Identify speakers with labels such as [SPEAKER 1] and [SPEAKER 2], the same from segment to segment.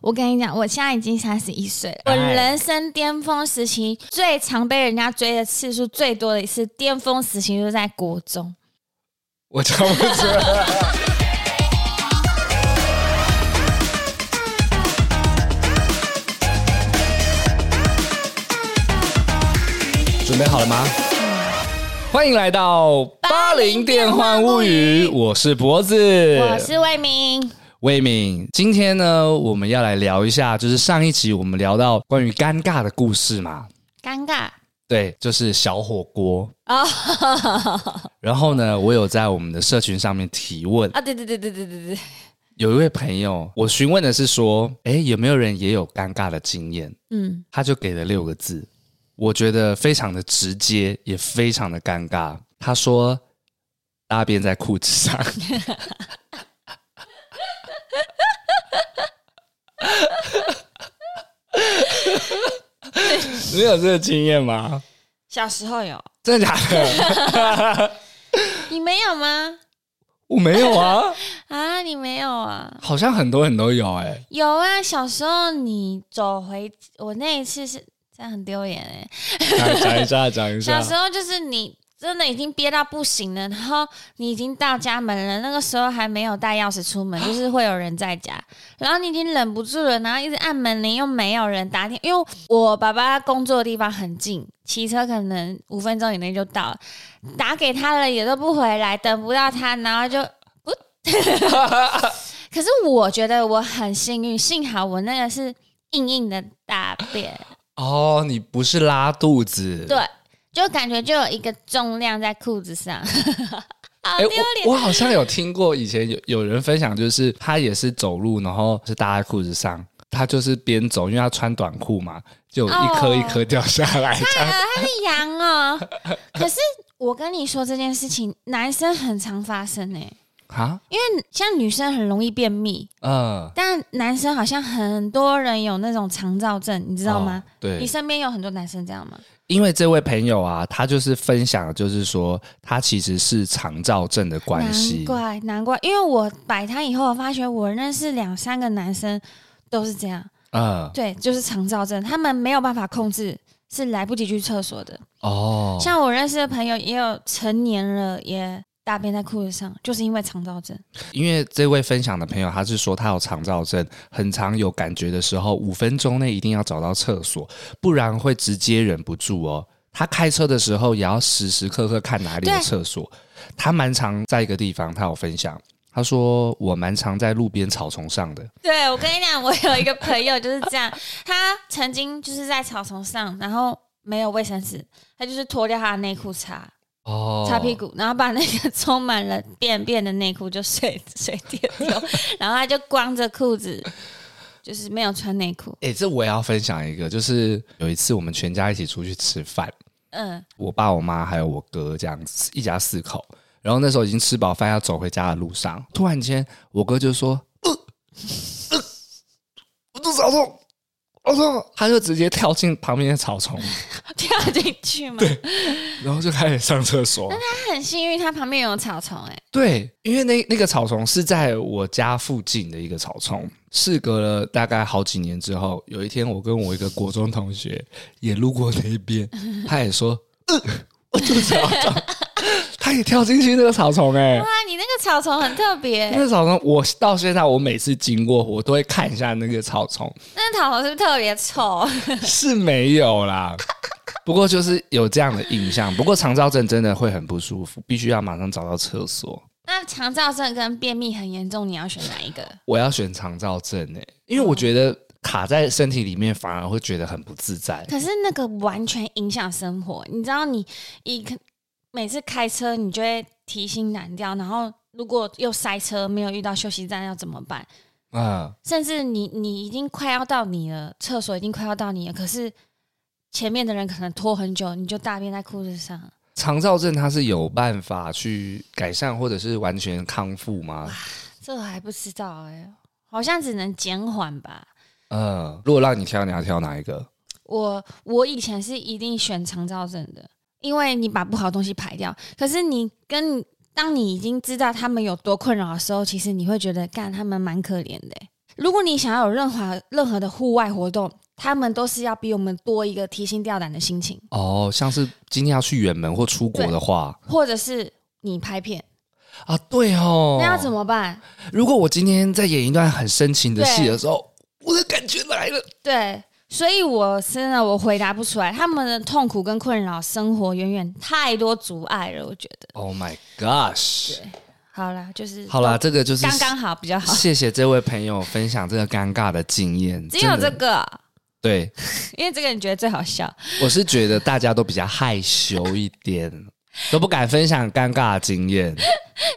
[SPEAKER 1] 我跟你讲，我现在已经三十一岁了，我
[SPEAKER 2] 哎
[SPEAKER 1] 人生巅峰时期最常被人家追的次数最多的一次巅峰时期就是在国中。
[SPEAKER 2] 我讲不出来。 准备好了吗？欢迎来到八零电幻物语，我是脖子，
[SPEAKER 1] 我是魏明，
[SPEAKER 2] 魏敏，今天呢，我们要来聊一下，就是上一集我们聊到关于尴尬的故事嘛，
[SPEAKER 1] 尴尬
[SPEAKER 2] 对，就是小火 锅。
[SPEAKER 1] 哦
[SPEAKER 2] 然后呢，我有在我们的社群上面提问，
[SPEAKER 1] 啊，对对对对对对对，
[SPEAKER 2] 有一位朋友，我询问的是说，哎，有没有人也有尴尬的经验？
[SPEAKER 1] 嗯，
[SPEAKER 2] 他就给了六个字，我觉得非常的直接，也非常的尴尬。他说：“大便在裤子上。”你有这个经验吗？
[SPEAKER 1] 小时候有，
[SPEAKER 2] 真的假的？
[SPEAKER 1] 你没有吗？
[SPEAKER 2] 我没有啊，
[SPEAKER 1] 啊，你没有啊？
[SPEAKER 2] 好像很多人都有哎、
[SPEAKER 1] 有啊，小时候你走回我那一次是这样很丢脸哎、
[SPEAKER 2] 讲讲一下，讲一
[SPEAKER 1] 小
[SPEAKER 2] 下。
[SPEAKER 1] 时候就是你真的已经憋到不行了，然后你已经到家门了，那个时候还没有带钥匙出门， 就是会有人在家，然后你已经忍不住了，然后一直按门铃又没有人打电，因为我爸爸工作的地方很近，骑车可能五分钟以内就到了，打给他了也都不回来，等不到他，然后 就。不 可是我觉得我很幸运，幸好我那个是硬硬的大便，
[SPEAKER 2] 哦，你不是拉肚子？
[SPEAKER 1] 对，啊就感觉就有一个重量在裤子上， 好
[SPEAKER 2] 哎、
[SPEAKER 1] 丢
[SPEAKER 2] 我
[SPEAKER 1] 脸。
[SPEAKER 2] 我好像有听过，以前有有人分享，就是他也是走路，然后是搭在裤子上，他就是边走，因为他穿短裤嘛，就有一颗
[SPEAKER 1] 哦
[SPEAKER 2] 一颗掉下来，这样、
[SPEAKER 1] 啊，它是羊哦。 可是我跟你说这件事情，男生很常发生呢、
[SPEAKER 2] 啊，
[SPEAKER 1] 因为像女生很容易便秘，
[SPEAKER 2] 嗯、
[SPEAKER 1] 但男生好像很多人有那种肠燥症， 你知
[SPEAKER 2] 知
[SPEAKER 1] 道吗？你
[SPEAKER 2] 哦对，
[SPEAKER 1] 身边有很多男生这样吗？
[SPEAKER 2] 因为这位朋友啊，他就是分享，就是说他其实是肠燥症的关
[SPEAKER 1] 难
[SPEAKER 2] 系，
[SPEAKER 1] 怪，难怪，因为我摆摊以后，我发觉我认识两三个男生都是这样，
[SPEAKER 2] 嗯、
[SPEAKER 1] 对，就是肠燥症，他们没有办法控制，是来不及去厕所的。
[SPEAKER 2] 哦，
[SPEAKER 1] 像我认识的朋友也有成年了也大便在裤子上，就是因为肠道症。
[SPEAKER 2] 因为这位分享的朋友，他是说他有肠燥症，很常有感觉的时候，五分钟内一定要找到厕所，不然会直接忍不住哦。他开车的时候也要时时刻刻看哪里有
[SPEAKER 1] 对
[SPEAKER 2] 厕所。他蛮常在一个地方，他有分享，他说我蛮常在路边草丛上的，
[SPEAKER 1] 对我跟你讲，我有一个朋友就是这样，他曾经就是在草丛上，然后没有卫生纸，他就是脱掉他的内裤擦
[SPEAKER 2] 哦
[SPEAKER 1] 擦屁，股，然后把那个充满了便便的内裤就水 水滴丢，然后他就光着裤子，就是没有穿内裤。
[SPEAKER 2] 哎、这我也要分享一个，就是有一次我们全家一起出去吃饭，
[SPEAKER 1] 嗯，
[SPEAKER 2] 我爸、我妈还有我哥这样子，一家四口。然后那时候已经吃饱饭，要走回家的路上，突然间我哥就说：“呃呃我肚子好痛，好痛！”他就直接跳进旁边的草丛，
[SPEAKER 1] 跳进去嘛。
[SPEAKER 2] 然后就开始上厕所。
[SPEAKER 1] 他很幸运，他旁边有草丛、哎，
[SPEAKER 2] 对，因为那那个草丛是在我家附近的一个草丛。事隔了大概好几年之后，有一天我跟我一个国中同学也路过那一边，他也说：“呃，我肚子好痛。” 他也跳进去那个草丛、哎，
[SPEAKER 1] 哇，啊你那个草丛很特别、
[SPEAKER 2] 那草丛，我到现在我每次经过，我都会看一下那个草丛，
[SPEAKER 1] 那草丛是不是特别臭？
[SPEAKER 2] 是没有啦。不过就是有这样的印象，不过肠燥症真的会很不舒服，必须要马上找到厕所。
[SPEAKER 1] 那肠燥症跟便秘很严重，你要选哪一个？
[SPEAKER 2] 我要选肠燥症诶、因为我觉得卡在身体里面反而会觉得很不自在。
[SPEAKER 1] 可是那个完全影响生活，你知道你一个每次开车你就会提心难吊，然后如果又塞车，没有遇到休息站要怎么办？
[SPEAKER 2] 嗯，
[SPEAKER 1] 甚至你你已经快要到你了，厕所已经快要到你了，可是前面的人可能拖很久，你就大便在裤子上。
[SPEAKER 2] 肠燥症它是有办法去改善或者是完全康复吗？
[SPEAKER 1] 这我还不知道哎、好像只能减缓吧。
[SPEAKER 2] 嗯，如果让你挑，你要挑哪一个？
[SPEAKER 1] 我我以前是一定选肠燥症的，因为你把不好的东西排掉。可是你跟你当你已经知道他们有多困扰的时候，其实你会觉得干他们蛮可怜的欸、如果你想要有任何任何的户外活动，他们都是要比我们多一个提心吊胆的心情，
[SPEAKER 2] 哦，像是今天要去远门或出国的话
[SPEAKER 1] 或者是你拍片，
[SPEAKER 2] 啊，对哦，
[SPEAKER 1] 那要怎么办？
[SPEAKER 2] 如果我今天在演一段很深情的戏
[SPEAKER 1] 对
[SPEAKER 2] 的时候，我的感觉来了。
[SPEAKER 1] 对，所以我真的我回答不出来，他们的痛苦跟困扰，生活远远太多阻碍了，我觉得。
[SPEAKER 2] Oh my gosh！
[SPEAKER 1] 好啦，就是
[SPEAKER 2] 好啦，
[SPEAKER 1] 都
[SPEAKER 2] 这个就是
[SPEAKER 1] 刚刚好比较好，
[SPEAKER 2] 谢谢这位朋友分享这个尴尬的经验。
[SPEAKER 1] 只有
[SPEAKER 2] 真
[SPEAKER 1] 这
[SPEAKER 2] 的
[SPEAKER 1] 个，
[SPEAKER 2] 对，
[SPEAKER 1] 因为这个你觉得最好笑，
[SPEAKER 2] 我是觉得大家都比较害羞一点，都不敢分享尴尬的经验。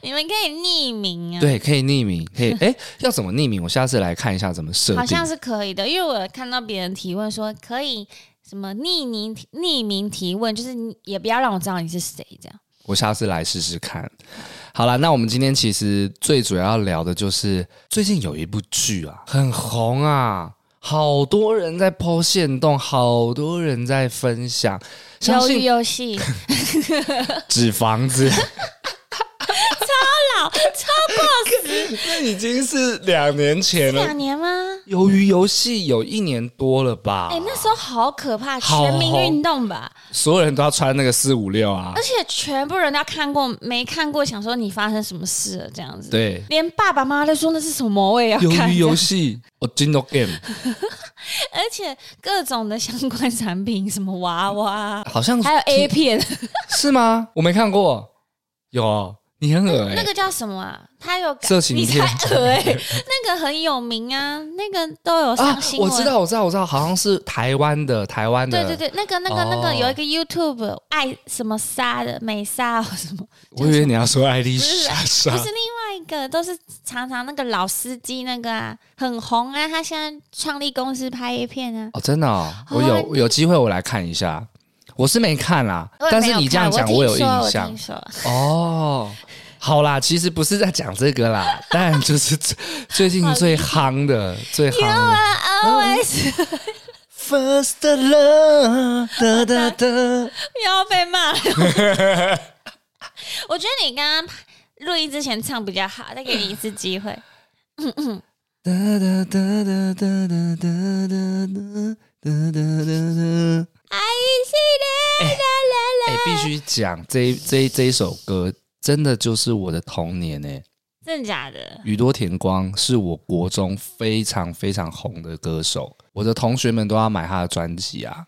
[SPEAKER 1] 你们可以匿名啊，，
[SPEAKER 2] 对，可以匿名， 可以。哎、要怎么匿名？我下次来看一下怎么设定。
[SPEAKER 1] 好像是可以的，因为我有看到别人提问说可以。什么匿名匿名提问，就是你也不要让我知道你是谁，这样
[SPEAKER 2] 我下次来试试看。好了，那我们今天其实最主要要聊的就是最近有一部剧啊，很红啊，好多人在剖线动，好多人在分享，相
[SPEAKER 1] 鱿鱼
[SPEAKER 2] 信
[SPEAKER 1] 游戏超
[SPEAKER 2] 纸 房子
[SPEAKER 1] 老超
[SPEAKER 2] 那已经是两年前了
[SPEAKER 1] 两。年吗？
[SPEAKER 2] 鱿鱼游戏有一年多了吧？
[SPEAKER 1] 哎、那时候好可怕，
[SPEAKER 2] 啊好
[SPEAKER 1] 全民运动吧，
[SPEAKER 2] 所有人都要穿那个四五六啊
[SPEAKER 1] 而，且全部人都要看过，没看过想说你发生什么事了这样子，
[SPEAKER 2] 对。
[SPEAKER 1] 连爸爸妈妈都说那是什么，我也要
[SPEAKER 2] 鱿
[SPEAKER 1] 看
[SPEAKER 2] 鱼。游戏， 我 g i n o Game，
[SPEAKER 1] 而且各种的相关产品，什么娃娃，
[SPEAKER 2] 好像
[SPEAKER 1] 还有 A 片，
[SPEAKER 2] 是吗？我没看过，有哦，你很恶哎、
[SPEAKER 1] 那个叫什么啊？他有改
[SPEAKER 2] 色情
[SPEAKER 1] 你
[SPEAKER 2] 片
[SPEAKER 1] 才恶哎、那个很有名 啊，那个都有
[SPEAKER 2] 啊
[SPEAKER 1] 上，新
[SPEAKER 2] 我
[SPEAKER 1] 闻。
[SPEAKER 2] 知道，我知道，我知道，好像是台湾的，台湾的。
[SPEAKER 1] 对对对，那个那个、
[SPEAKER 2] 哦
[SPEAKER 1] 那个有一个 YouTube 爱什么莎的美莎哦什么，
[SPEAKER 2] 我以为你要说艾丽啊
[SPEAKER 1] 不是
[SPEAKER 2] 莎莎
[SPEAKER 1] 不是另外一个，都是常常那个老司机那个啊，很红啊，他现在创立公司拍 A 片啊。
[SPEAKER 2] 哦，真的哦，我有、
[SPEAKER 1] 哦
[SPEAKER 2] 有机会我来看一下，我是没看啦，
[SPEAKER 1] 我也
[SPEAKER 2] 哦但
[SPEAKER 1] 没
[SPEAKER 2] 是
[SPEAKER 1] 有
[SPEAKER 2] 你这样
[SPEAKER 1] 看
[SPEAKER 2] 讲
[SPEAKER 1] 我
[SPEAKER 2] 有
[SPEAKER 1] 听说
[SPEAKER 2] 印
[SPEAKER 1] 我
[SPEAKER 2] 象
[SPEAKER 1] 听说
[SPEAKER 2] 哦。好啦，其实不是在讲这个啦，但就是最最近最夯的，最夯的。
[SPEAKER 1] 哦 ，always
[SPEAKER 2] First love，哒哒哒。
[SPEAKER 1] 又要被骂了。 我觉得你刚刚录音之前唱比较好，再给你一次机会。
[SPEAKER 2] 哒哒哒哒哒哒哒哒哒哒哒哒。
[SPEAKER 1] 爱一系列啦啦
[SPEAKER 2] 哎、
[SPEAKER 1] 啦，
[SPEAKER 2] 必须讲这一这一这一首歌，真的就是我的童年哎、
[SPEAKER 1] 真的假的？
[SPEAKER 2] 宇多田光是我国中非常非常红的歌手，我的同学们都要买他的专辑啊。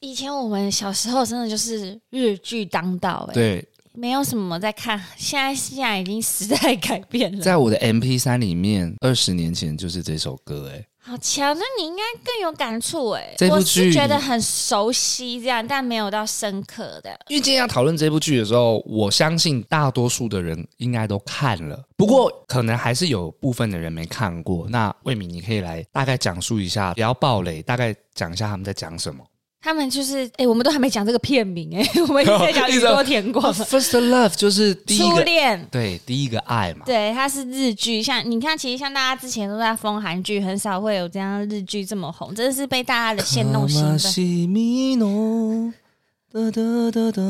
[SPEAKER 1] 以前我们小时候真的就是日剧当道、哎，
[SPEAKER 2] 对，
[SPEAKER 1] 没有什么在看。现在现在已经时代改变了，
[SPEAKER 2] 在我的 MP 三里面，二十年前就是这首歌哎、
[SPEAKER 1] 好强！那你应该更有感触哎、
[SPEAKER 2] 这部
[SPEAKER 1] 我
[SPEAKER 2] 剧
[SPEAKER 1] 是觉得很熟悉这样，但没有到深刻的。
[SPEAKER 2] 因为今天要讨论这部剧的时候，我相信大多数的人应该都看了，不过可能还是有部分的人没看过。那魏敏，你可以来大概讲述一下，不要暴雷，大概讲一下他们在讲什么。
[SPEAKER 1] 他们就是哎、我们都还没讲这个片名哎、 我们已经在讲
[SPEAKER 2] 一
[SPEAKER 1] 宇
[SPEAKER 2] 直
[SPEAKER 1] 多田光了
[SPEAKER 2] 呃 First Love 就是 第一
[SPEAKER 1] 哦初
[SPEAKER 2] 个，
[SPEAKER 1] 恋。
[SPEAKER 2] 对，第一个爱嘛。
[SPEAKER 1] 对，它是日剧，像你看，其实像大家之前都在封韩剧，很少会有这样日剧这么红，真的是被大家的线弄心的。
[SPEAKER 2] 西米诺，哒哒哒哒。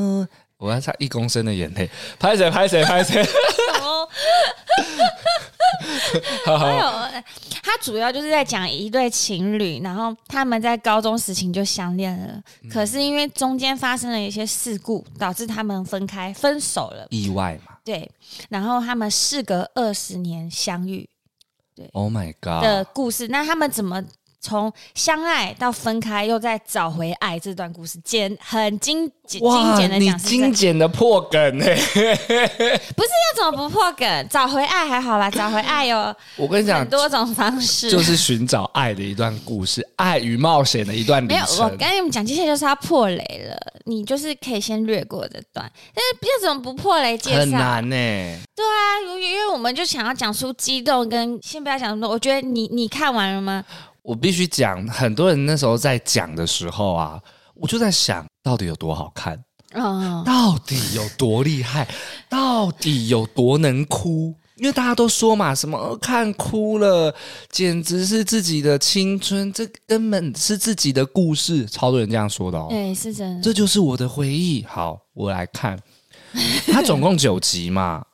[SPEAKER 2] 我要唱一公升的眼泪，拍谁拍谁 拍谁。
[SPEAKER 1] 哦，
[SPEAKER 2] 好好
[SPEAKER 1] 还有，哎它主要就是在讲一对情侣，然后他们在高中时期就相恋了，
[SPEAKER 2] 嗯
[SPEAKER 1] 可是因为中间发生了一些事故，导致他们分开分手了。
[SPEAKER 2] 意外嘛
[SPEAKER 1] 对，然后他们事隔二十年相遇
[SPEAKER 2] ？Oh my god！
[SPEAKER 1] 的故事，那他们怎么从相爱到分开，又再找回爱这段故事，简很精简精简的
[SPEAKER 2] 你
[SPEAKER 1] 讲是这
[SPEAKER 2] 精
[SPEAKER 1] 样，
[SPEAKER 2] 简的破梗哎、
[SPEAKER 1] 那怎么不破梗？找回爱还好吧，找回爱有
[SPEAKER 2] 我跟你讲
[SPEAKER 1] 很，多种方式，
[SPEAKER 2] 就是寻找爱的一段故事，爱与冒险的一段旅
[SPEAKER 1] 没有，我
[SPEAKER 2] 程。
[SPEAKER 1] 跟你们讲，接下来就是要破雷了，你就是可以先略过这段，但是要怎么不破雷介
[SPEAKER 2] 很
[SPEAKER 1] 绍？啊，
[SPEAKER 2] 难呢、欸
[SPEAKER 1] 因为因为我们就想要讲出激动跟先不要讲那么多，我觉得你你看完了吗？
[SPEAKER 2] 我必须讲，很多人那时候在讲的时候啊，我就在想，到底有多好看，
[SPEAKER 1] 嗯，
[SPEAKER 2] 到底有多厉害，到底有多能哭？因为大家都说嘛，什么呃看哭了，简直是自己的青春，这根本是自己的故事，超多人这样说的哦。
[SPEAKER 1] 对，是真的。
[SPEAKER 2] 这就是我的回忆。好，我来看，它 总共九集嘛，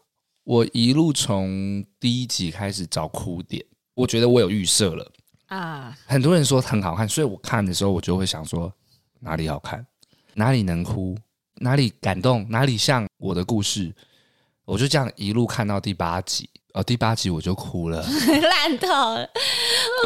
[SPEAKER 2] 我一路从第一集开始找哭点，我觉得我有预设了。
[SPEAKER 1] 啊，
[SPEAKER 2] 很多人说很好看，所以我看的时候我就会想说哪里好看，哪里能哭，哪里感动，哪里像我的故事，我就这样一路看到第八集。哦，第八集我就哭了。
[SPEAKER 1] 烂透了！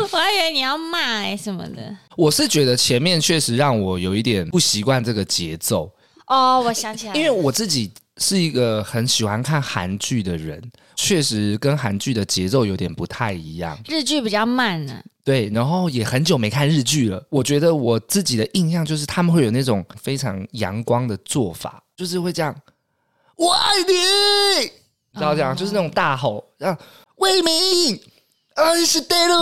[SPEAKER 1] 我还以为你要骂哎、什么的。
[SPEAKER 2] 我是觉得前面确实让我有一点不习惯这个节奏，
[SPEAKER 1] 哦，我想起来了，
[SPEAKER 2] 因为我自己是一个很喜欢看韩剧的人，确实跟韩剧的节奏有点不太一样。
[SPEAKER 1] 日剧比较慢啊呢、
[SPEAKER 2] 对，然后也很久没看日剧了。我觉得我自己的印象就是他们会有那种非常阳光的做法，就是会这样“我爱你”，你知道这样，
[SPEAKER 1] 哦
[SPEAKER 2] 就是那种大吼，让为民爱是对路，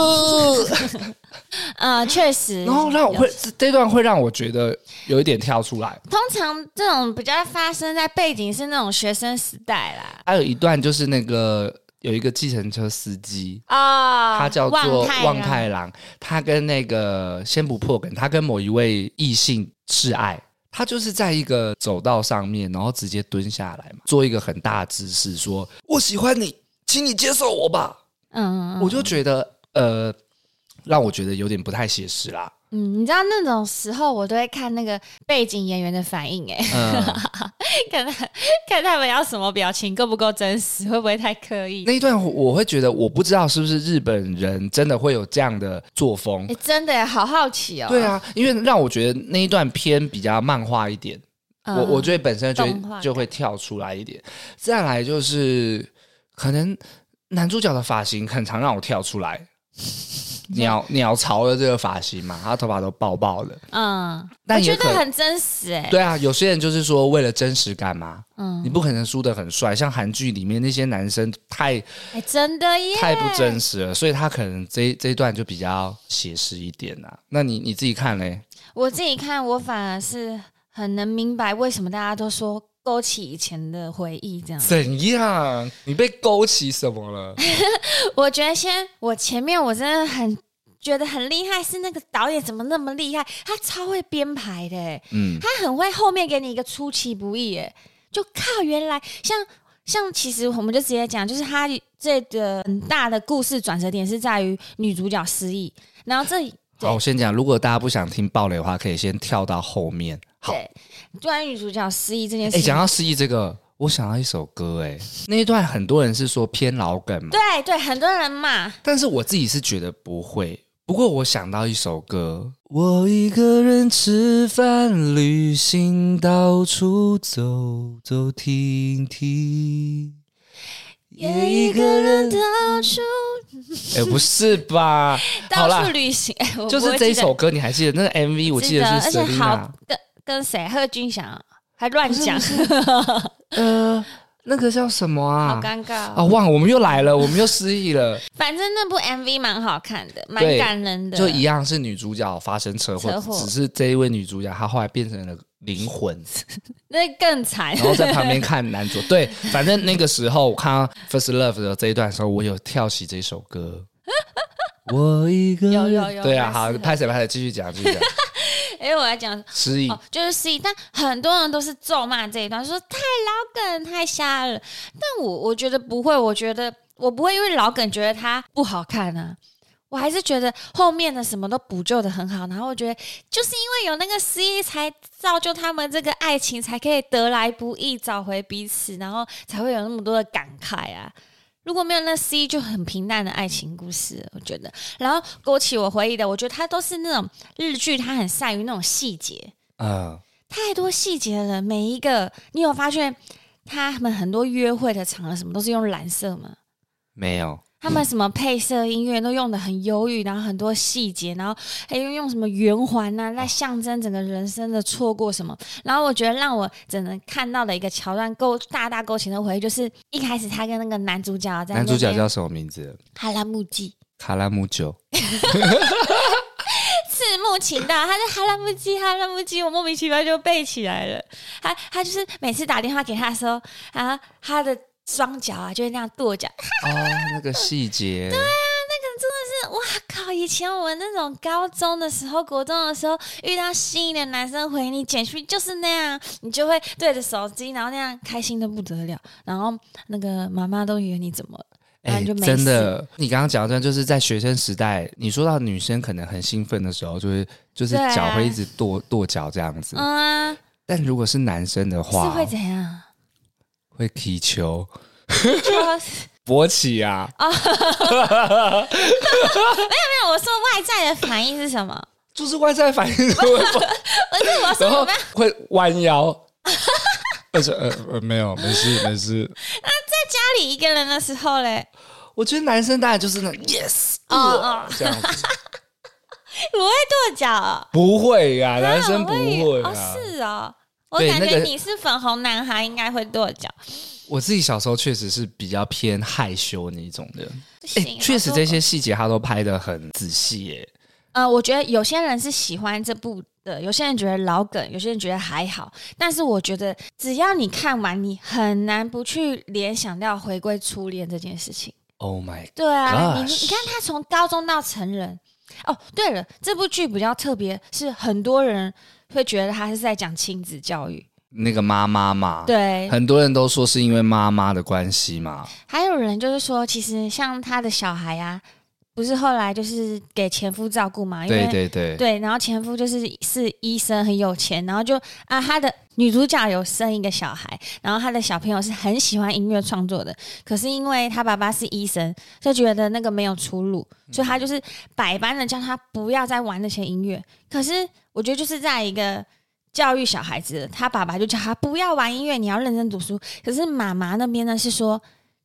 [SPEAKER 1] 呃，确实。
[SPEAKER 2] 然后让我
[SPEAKER 1] 有
[SPEAKER 2] 会这段会让我觉得有一点跳出来。
[SPEAKER 1] 通常这种比较发生在背景是那种学生时代啦。
[SPEAKER 2] 还有一段就是那个有一个计程车司机，
[SPEAKER 1] 哦，
[SPEAKER 2] 他叫做
[SPEAKER 1] 望太
[SPEAKER 2] 望
[SPEAKER 1] 郎
[SPEAKER 2] 太郎，他跟那个先不破梗，他跟某一位异性示爱，他就是在一个走道上面，然后直接蹲下来嘛，做一个很大的姿势，说我喜欢你，请你接受我吧。
[SPEAKER 1] 嗯，嗯
[SPEAKER 2] 我就觉得呃，让我觉得有点不太写实啦。
[SPEAKER 1] 嗯，你知道那种时候我都会看那个背景演员的反应、哎，
[SPEAKER 2] 嗯，
[SPEAKER 1] 看他看他们要什么表情，够不够真实，会不会太刻意？
[SPEAKER 2] 那一段我会觉得，我不知道是不是日本人真的会有这样的作风
[SPEAKER 1] 哎、。真的耶好好奇哦。
[SPEAKER 2] 对，啊，因为让我觉得那一段偏比较漫画一点。我我
[SPEAKER 1] 觉
[SPEAKER 2] 觉得本身就
[SPEAKER 1] 嗯动画
[SPEAKER 2] 会就会跳出来一点。再来就是可能男主角的发型很常让我跳出 来，鸟鸟巢的这个发型嘛，他头发都爆爆的。
[SPEAKER 1] 得，嗯，
[SPEAKER 2] 但
[SPEAKER 1] 我觉
[SPEAKER 2] 也
[SPEAKER 1] 得
[SPEAKER 2] 可
[SPEAKER 1] 很真实、哎，
[SPEAKER 2] 对啊，有些人就是说为了真实感嘛，
[SPEAKER 1] 嗯
[SPEAKER 2] 你，不可能梳的很帅，像韩剧里面那些男生太
[SPEAKER 1] 哎、真的耶，
[SPEAKER 2] 太不真实了，所以他可能这这一段就比较写实一点啊。那你你自己看嘞？
[SPEAKER 1] 我自己看，我反而是很能明白为什么大家都说勾起以前的回忆这样。
[SPEAKER 2] 怎样？你被勾起什么了？
[SPEAKER 1] 我觉得先，我前面我真的很觉得很厉害，是那个导演怎么那么厉害？他超会编排的、欸，
[SPEAKER 2] 嗯，
[SPEAKER 1] 他很会后面给你一个出其不意、欸，就靠原来像。像其实我们就直接讲，就是他这个很大的故事转折点是在于女主角失忆，然后这对
[SPEAKER 2] 好，我先讲，如果大家不想听暴雷的话，可以先跳到后面。好，
[SPEAKER 1] 对关于女主角失忆这件
[SPEAKER 2] 哎、
[SPEAKER 1] 事情，
[SPEAKER 2] 讲到失忆这个，我想到一首歌、哎，那一段很多人是说偏老梗嘛，
[SPEAKER 1] 对对，很多人骂，
[SPEAKER 2] 但是我自己是觉得不会。不过我想到一首歌，我一个人吃饭、旅行，到处走走停停，
[SPEAKER 1] 也一个人到处？
[SPEAKER 2] 哎、不是吧好
[SPEAKER 1] 到
[SPEAKER 2] 啦
[SPEAKER 1] 处，旅行， 哎我
[SPEAKER 2] 就是
[SPEAKER 1] 我
[SPEAKER 2] 这
[SPEAKER 1] 记
[SPEAKER 2] 一
[SPEAKER 1] 得
[SPEAKER 2] 首歌，你还记得那个 MV？我记得
[SPEAKER 1] 而
[SPEAKER 2] 是
[SPEAKER 1] 且好
[SPEAKER 2] Selina。
[SPEAKER 1] 跟跟谁？贺军翔啊还乱讲，
[SPEAKER 2] 呃，那个叫什么啊？
[SPEAKER 1] 好尴尬、
[SPEAKER 2] 啊、
[SPEAKER 1] 哦。
[SPEAKER 2] 忘了，我们又来了，我们又失忆了。
[SPEAKER 1] 反正那部 MV 蛮好看的，蛮
[SPEAKER 2] 对
[SPEAKER 1] 感人的，
[SPEAKER 2] 就一样是女主角发生车祸，
[SPEAKER 1] 车祸
[SPEAKER 2] 只是这一位女主角她后来变成了灵魂，
[SPEAKER 1] 那更惨
[SPEAKER 2] 然。后在旁边看男主。对，反正那个时候我看到 First Love 的这一段的时候，我有跳起这首 歌。我一个人
[SPEAKER 1] 有有有
[SPEAKER 2] 对啊，
[SPEAKER 1] 蛮
[SPEAKER 2] 好
[SPEAKER 1] 适，合
[SPEAKER 2] 拍谁拍谁，继续讲，继续讲，
[SPEAKER 1] 哎、我要讲
[SPEAKER 2] 失忆
[SPEAKER 1] 哦，就是失忆，但很多人都是咒骂这一段，说太老梗太瞎了。但我我觉得不会，我觉得我不会因为老梗觉得它不好看啊。我还是觉得后面的什么都补救的很好，然后我觉得就是因为有那个失忆，才造就他们这个爱情，才可以得来不易，找回彼此，然后才会有那么多的感慨啊。如果没有那失忆，就很平淡的爱情故事了，我觉得。然后勾起我回忆的，我觉得它都是那种日剧，它很善于那种细节，
[SPEAKER 2] 嗯，
[SPEAKER 1] 太多细节了，每一个你有发现他们很多约会的场合什么都是用蓝色吗？
[SPEAKER 2] 没有，
[SPEAKER 1] 他们什么配色音乐都用的很忧郁，然后很多细节，然后还有用什么圆环呐、来象征整个人生的错过什么。然后我觉得让我只能看到的一个桥段勾大大勾起的回忆，就是一开始他跟那个男主角啊在那
[SPEAKER 2] 男主角
[SPEAKER 1] 边
[SPEAKER 2] 叫什么名字？
[SPEAKER 1] 哈拉木基。
[SPEAKER 2] 卡拉姆酒。
[SPEAKER 1] 哦赤木晴道，他是哈拉木基，哈拉木基，我莫名其妙就背起来了。他他就是每次打电话给他的时候，啊，他的双脚啊就会那样跺脚。
[SPEAKER 2] 哦，那个细节，
[SPEAKER 1] 哇靠！以前我们那种高中的时候、国中的时候，遇到心仪的男生回你简讯就是那样，你就会对着手机，然后那样开心的不得了，然后那个妈妈都以为你怎么了。然后就没
[SPEAKER 2] 哎真
[SPEAKER 1] 事。
[SPEAKER 2] 的，你刚刚讲的，就是在学生时代，你说到女生可能很兴奋的时候，就会就是
[SPEAKER 1] 对啊
[SPEAKER 2] 脚会一直跺跺脚这样子。
[SPEAKER 1] 嗯啊，
[SPEAKER 2] 但如果是男生的
[SPEAKER 1] 是
[SPEAKER 2] 话
[SPEAKER 1] 会，怎样？
[SPEAKER 2] 会踢球、
[SPEAKER 1] 就是
[SPEAKER 2] 勃起啊，
[SPEAKER 1] 哦没有，我说外在的反应是什 么？
[SPEAKER 2] 就是外在反应怎么会勃，
[SPEAKER 1] 不是我说
[SPEAKER 2] 然
[SPEAKER 1] 我
[SPEAKER 2] 后
[SPEAKER 1] 们
[SPEAKER 2] 会弯 腰。而且呃呃没有没事没 事，
[SPEAKER 1] 家里一个人的时候嘞，
[SPEAKER 2] 我觉得男生当然就是那 yes
[SPEAKER 1] 哦
[SPEAKER 2] 哇
[SPEAKER 1] 哦
[SPEAKER 2] 这样子，
[SPEAKER 1] 不会跺脚哦，
[SPEAKER 2] 不 会呀，男生不
[SPEAKER 1] 啊我
[SPEAKER 2] 会
[SPEAKER 1] 以为
[SPEAKER 2] 啊
[SPEAKER 1] 哦，。是哦。我
[SPEAKER 2] 对
[SPEAKER 1] 感
[SPEAKER 2] 那
[SPEAKER 1] 觉
[SPEAKER 2] 个哎
[SPEAKER 1] 你是粉红男孩，应该会跺脚。
[SPEAKER 2] 我自己小时候确实是比较偏害羞那一种的，
[SPEAKER 1] 不
[SPEAKER 2] 哎、
[SPEAKER 1] 行
[SPEAKER 2] 确实
[SPEAKER 1] 我
[SPEAKER 2] 这些细节他都拍的很仔细耶。
[SPEAKER 1] 呃，我觉得有些人是喜欢这部的，有些人觉得老梗，有些人觉得还好。但是我觉得，只要你看完，你很难不去联想到回归初恋这件事情。
[SPEAKER 2] Oh my，
[SPEAKER 1] 对啊，你你
[SPEAKER 2] Gosh
[SPEAKER 1] 你看他从高中到成人。哦，对了，这部剧比较特别，是很多人会觉得他是在讲亲子教育。
[SPEAKER 2] 那个妈妈嘛，，
[SPEAKER 1] 对，
[SPEAKER 2] 很多人都说是因为妈妈的关系嘛，
[SPEAKER 1] 还有人就是说，其实像他的小孩啊，不是后来就是给前夫照顾嘛，因为
[SPEAKER 2] 对对对，
[SPEAKER 1] 对，然后前夫就是是医生，很有钱，然后就啊，他的女主角有生一个小孩，然后他的小朋友是很喜欢音乐创作的，可是因为他爸爸是医生，就觉得那个没有出路，所以他就是百般的叫他不要再玩那些音乐。可是我觉得就是在一个。教育小孩子，他爸爸就叫他不要玩音乐，你要认真读书。可是妈妈那边呢是说，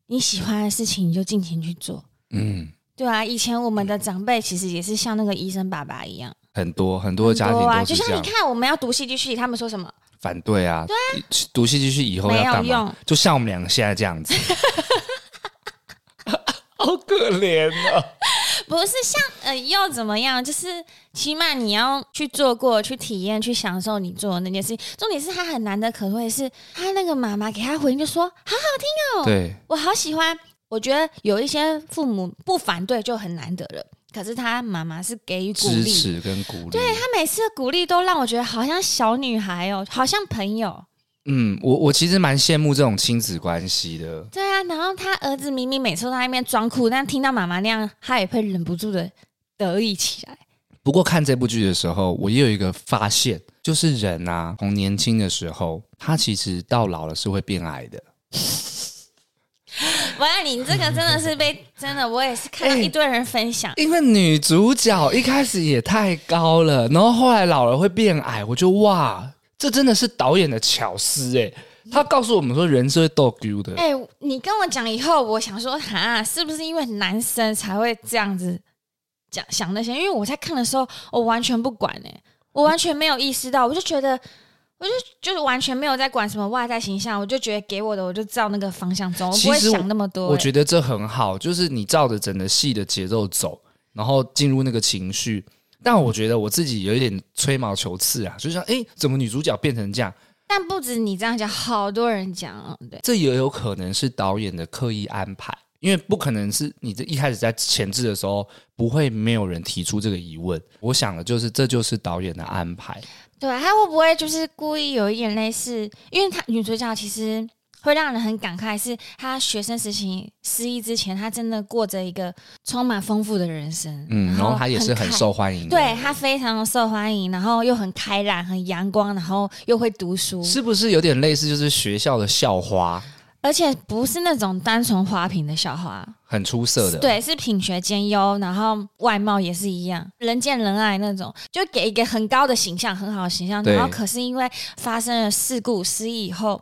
[SPEAKER 1] 你喜欢的事情你就尽情去做，
[SPEAKER 2] 嗯，
[SPEAKER 1] 对啊。以前我们的长辈其实也是像那个医生爸爸一样，
[SPEAKER 2] 很多很多家庭
[SPEAKER 1] 多啊，
[SPEAKER 2] 都
[SPEAKER 1] 就是
[SPEAKER 2] 这
[SPEAKER 1] 像
[SPEAKER 2] 样，
[SPEAKER 1] 你看，我们要读戏剧系，他们说什 么？
[SPEAKER 2] 反对啊，读戏剧系以后要干
[SPEAKER 1] 没有用
[SPEAKER 2] 嘛？就像我们两个现在这样 子，好可怜哦。
[SPEAKER 1] 不是像呃又怎么样？就是起码你要去做过，去体验，去享受你做的那件事情。重点是他很难得可贵，是他那个妈妈给他回应就说：“好，
[SPEAKER 2] 对，
[SPEAKER 1] 我好喜欢。”我觉得有一些父母不反对就很难得了，可是他妈妈是给予鼓
[SPEAKER 2] 支
[SPEAKER 1] 励，
[SPEAKER 2] 持跟鼓励，
[SPEAKER 1] 他每次的鼓励都让我觉得好像小女孩哦，好像朋友。
[SPEAKER 2] 嗯，我我其实蛮羡慕这种亲子关系的，
[SPEAKER 1] 对啊，然后他儿子明明每次都在那边装酷，但听到妈妈那样，他也会忍不住的得意起来。
[SPEAKER 2] 不过看这部剧的时候，我也有一个发现，就是人啊，从年轻的时候，他其实到老了是会变矮的。
[SPEAKER 1] 喂，你这个真的是 被真的，我也是看到一堆人分享。
[SPEAKER 2] 因为女主角一开始也太高了，然后后来老了会变矮，我就哇，这真的是导演的巧思哎、他告诉我们说，人是会逗 Q 的，
[SPEAKER 1] 哎、你跟我讲以后，我想说，哈，是不是因为男生才会这样子讲想那些？因为我在看的时候，我完全不管哎、我完全没有意识到，我就觉得，我就就是完全没有在管什么外在形象，我就觉得给我的，我就照那个方向走，我不会
[SPEAKER 2] 其实我
[SPEAKER 1] 想那么多、
[SPEAKER 2] 我
[SPEAKER 1] 哎
[SPEAKER 2] 觉得这很好，就是你照着整个戏的节奏走，然后进入那个情绪。但我觉得我自己有一点吹毛求疵啊，就像哎，怎么女主角变成这样？
[SPEAKER 1] 但不止你这样讲，好多人讲哦，对。
[SPEAKER 2] 这也有可能是导演的刻意安排，因为不可能是你这一开始在前置的时候不会没有人提出这个疑问。我想的就是这就是导演的安排，
[SPEAKER 1] 对，他会不会就是故意有一点类似？因为他女主角其实会让人很感慨，是她学生时期失忆之前，她真的过着一个充满丰富的人生。
[SPEAKER 2] 嗯，然后他也是
[SPEAKER 1] 很
[SPEAKER 2] 很
[SPEAKER 1] 开
[SPEAKER 2] 受欢迎的，
[SPEAKER 1] 对，她非常受欢迎，然后又很开朗、很阳光，然后又会读书，
[SPEAKER 2] 是不是有点类似就是学校的校花，
[SPEAKER 1] 而且不是那种单纯花瓶的校花，
[SPEAKER 2] 很出色的，，
[SPEAKER 1] 对，是品学兼优，然后外貌也是一样，人见人爱那种，就给一个很高的形象，很好的形象。
[SPEAKER 2] 对
[SPEAKER 1] 然后可是因为发生了事故失忆以后，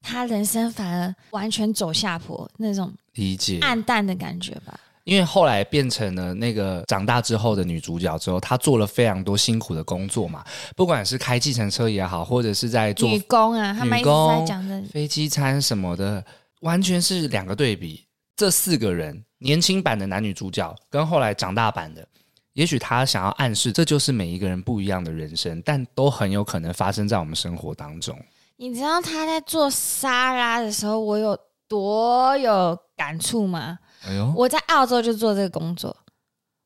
[SPEAKER 1] 他人生反而完全走下坡，那种
[SPEAKER 2] 理解。
[SPEAKER 1] 暗淡的感觉吧。
[SPEAKER 2] 因为后来变成了那个长大之后的女主角之后，她做了非常多辛苦的工作嘛，不管是开计程车也好，或者是在做
[SPEAKER 1] 女工啊，他们一直在
[SPEAKER 2] 工
[SPEAKER 1] 讲的，
[SPEAKER 2] 飞机餐什么的，完全是两个对比。这四个人，年轻版的男女主角跟后来长大版的，也许他想要暗示，这就是每一个人不一样的人生，但都很有可能发生在我们生活当中。
[SPEAKER 1] 你知道他在做沙拉的时候，我有多有感触吗？
[SPEAKER 2] 哎呦，
[SPEAKER 1] 我在澳洲就做这个工作，
[SPEAKER 2] 嗯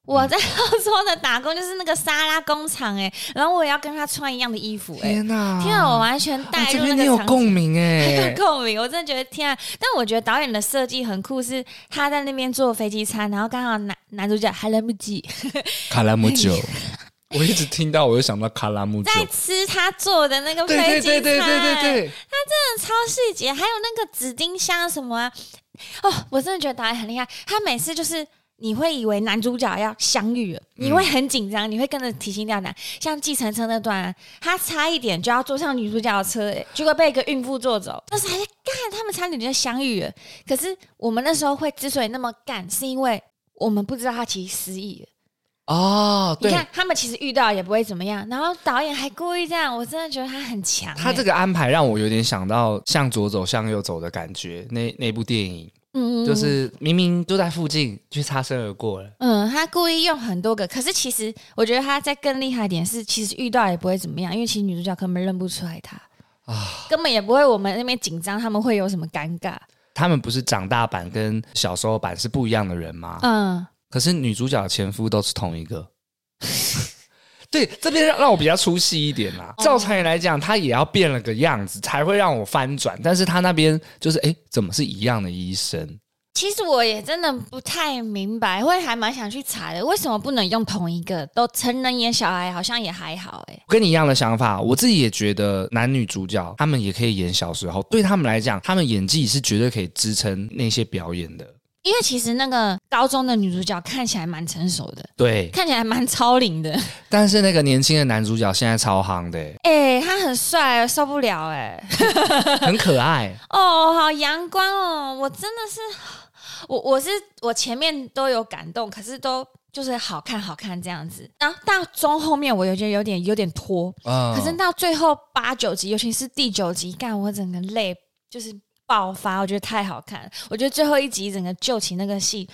[SPEAKER 1] 我在澳洲的打工就是那个沙拉工厂哎、然后我也要跟他穿一样的衣服哎、
[SPEAKER 2] 天哪！
[SPEAKER 1] 天啊，我完全
[SPEAKER 2] 哇
[SPEAKER 1] 带
[SPEAKER 2] 嗯
[SPEAKER 1] 入
[SPEAKER 2] 这
[SPEAKER 1] 那
[SPEAKER 2] 边你
[SPEAKER 1] 个
[SPEAKER 2] 有
[SPEAKER 1] 场景。
[SPEAKER 2] 共鸣哎
[SPEAKER 1] 很有，共鸣，我真的觉得天啊！但我觉得导演的设计很酷，是他在那边做飞机餐，然后刚好男男主角还来不及
[SPEAKER 2] 卡拉姆酒，我一直听到，我就想到卡拉姆酒。
[SPEAKER 1] 在吃他做的那个
[SPEAKER 2] 对对
[SPEAKER 1] 飞机餐，
[SPEAKER 2] 对对对对对，
[SPEAKER 1] 真的超细节，还有那个紫丁香什么啊、哦，我真的觉得导演很厉害。他每次就是你会以为男主角要相遇了，你会很紧张，你会跟着提心吊胆。像计程车那段、啊，他差一点就要坐上女主角的车、欸，结果被一个孕妇坐走。那时候还在干，他们差点就相遇了。可是我们那时候会之所以那么干，是因为我们不知道他其实失忆了。
[SPEAKER 2] 哦，
[SPEAKER 1] 你
[SPEAKER 2] 对，
[SPEAKER 1] 看，他们其实遇到也不会怎么样，然后导演还故意这样，我真的觉得他很强欸、
[SPEAKER 2] 他这个安排让我有点想到向左走向右走的感觉，那那部电影
[SPEAKER 1] 嗯嗯嗯
[SPEAKER 2] 就是明明就在附近，却擦身而过了。
[SPEAKER 1] 嗯，他故意用很多个，可是其实我觉得他在更厉害一点是，其实遇到也不会怎么样，因为其实女主角根本认不出来他啊，根本也不会我们那边紧张，他们会有什么尴尬？
[SPEAKER 2] 他们不是长大版跟小时候版是不一样的人吗？
[SPEAKER 1] 嗯，
[SPEAKER 2] 可是女主角前夫都是同一 个。对，这边让让我比较出戏一点啦。
[SPEAKER 1] 哦
[SPEAKER 2] 照常理来讲，他也要变了个样子才会让我翻转，但是他那边就是哎，诶怎么是一样的医生？
[SPEAKER 1] 其实我也真的不太明白，会还蛮想去查的，为什么不能用同一个？都成人演小孩好像也还好、欸，哎，
[SPEAKER 2] 我跟你一样的想法，我自己也觉得男女主角他们也可以演小时候，对他们来讲，他们演技是绝对可以支撑那些表演的。
[SPEAKER 1] 因为其实那个高中的女主角看起来蛮成熟的，
[SPEAKER 2] 对，
[SPEAKER 1] 看起来蛮超龄的，
[SPEAKER 2] 但是那个年轻的男主角现在超夯的、欸 诶
[SPEAKER 1] 哎、他很帅，受不了、欸，哎。
[SPEAKER 2] 很可爱。
[SPEAKER 1] 哦，好阳光哦！我真的是，我我是我前面都有感动，可是都就是好看好看这样子。然后到中后面，我有觉得有点有点拖，
[SPEAKER 2] 嗯
[SPEAKER 1] 可是到最后八九集，尤其是第九集，干我整个泪就是爆发，我觉得太好看了。我觉得最后一集整个救起那个戏。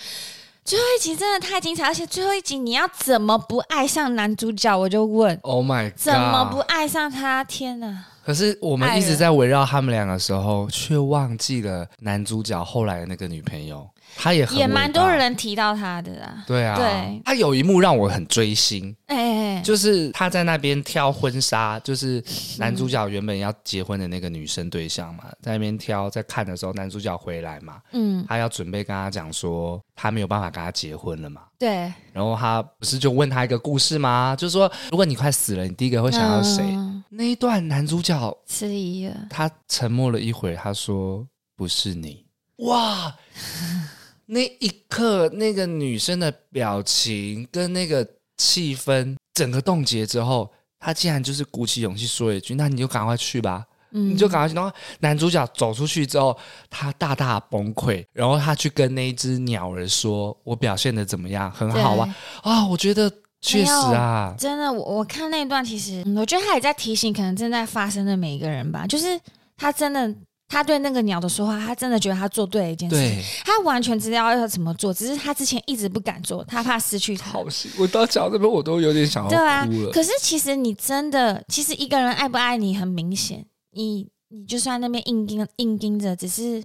[SPEAKER 1] 最后一集真的太精彩，而且最后一集你要怎么不爱上男主角？我就问，
[SPEAKER 2] Oh my god！
[SPEAKER 1] 怎么不爱上他？天哪！
[SPEAKER 2] 可是我们一直在围绕他们两个的时候，却忘记了男主角后来的那个女朋友，她也很
[SPEAKER 1] 也
[SPEAKER 2] 伟
[SPEAKER 1] 蛮
[SPEAKER 2] 大
[SPEAKER 1] 多。人提到他的啦。
[SPEAKER 2] 对啊，
[SPEAKER 1] 对
[SPEAKER 2] 他有一幕让我很追星，
[SPEAKER 1] 哎哎、哎
[SPEAKER 2] 就是他在那边挑婚纱，就是男主角原本要结婚的那个女生对象嘛，在那边挑，在看的时候，男主角回来嘛，
[SPEAKER 1] 嗯，
[SPEAKER 2] 他要准备跟他讲说，他没有办法跟他结婚了嘛，
[SPEAKER 1] 对，
[SPEAKER 2] 然后他不是就问他一个故事吗？就说如果你快死了，你第一个会想到谁？
[SPEAKER 1] 嗯
[SPEAKER 2] 那一段男主角
[SPEAKER 1] 迟疑了，
[SPEAKER 2] 他沉默了一会，他说：“不是你。”哇，那一刻那个女生的表情跟那个气氛整个冻结之后，他竟然就是鼓起勇气说一句：“那你就赶快去吧。”
[SPEAKER 1] 嗯
[SPEAKER 2] 你就赶快去。然后男主角走出去之后，他大大崩溃，然后他去跟那一只鸟儿说：“我表现的怎么样？很好啊！”啊，我觉得确实啊，
[SPEAKER 1] 真的，我我看那一段，其实、嗯我觉得他也在提醒可能正在发生的每一个人吧，就是他真的，他对那个鸟的说话，他真的觉得他做对了一件事情，
[SPEAKER 2] 对，
[SPEAKER 1] 他完全知道要怎么做，只是他之前一直不敢做，他怕失去它。
[SPEAKER 2] 好心，我到讲这边我都有点想要
[SPEAKER 1] 对啊
[SPEAKER 2] 哭了，。
[SPEAKER 1] 可是其实你真的，其实一个人爱不爱你很明显，你你就算那边硬盯硬盯着，只是，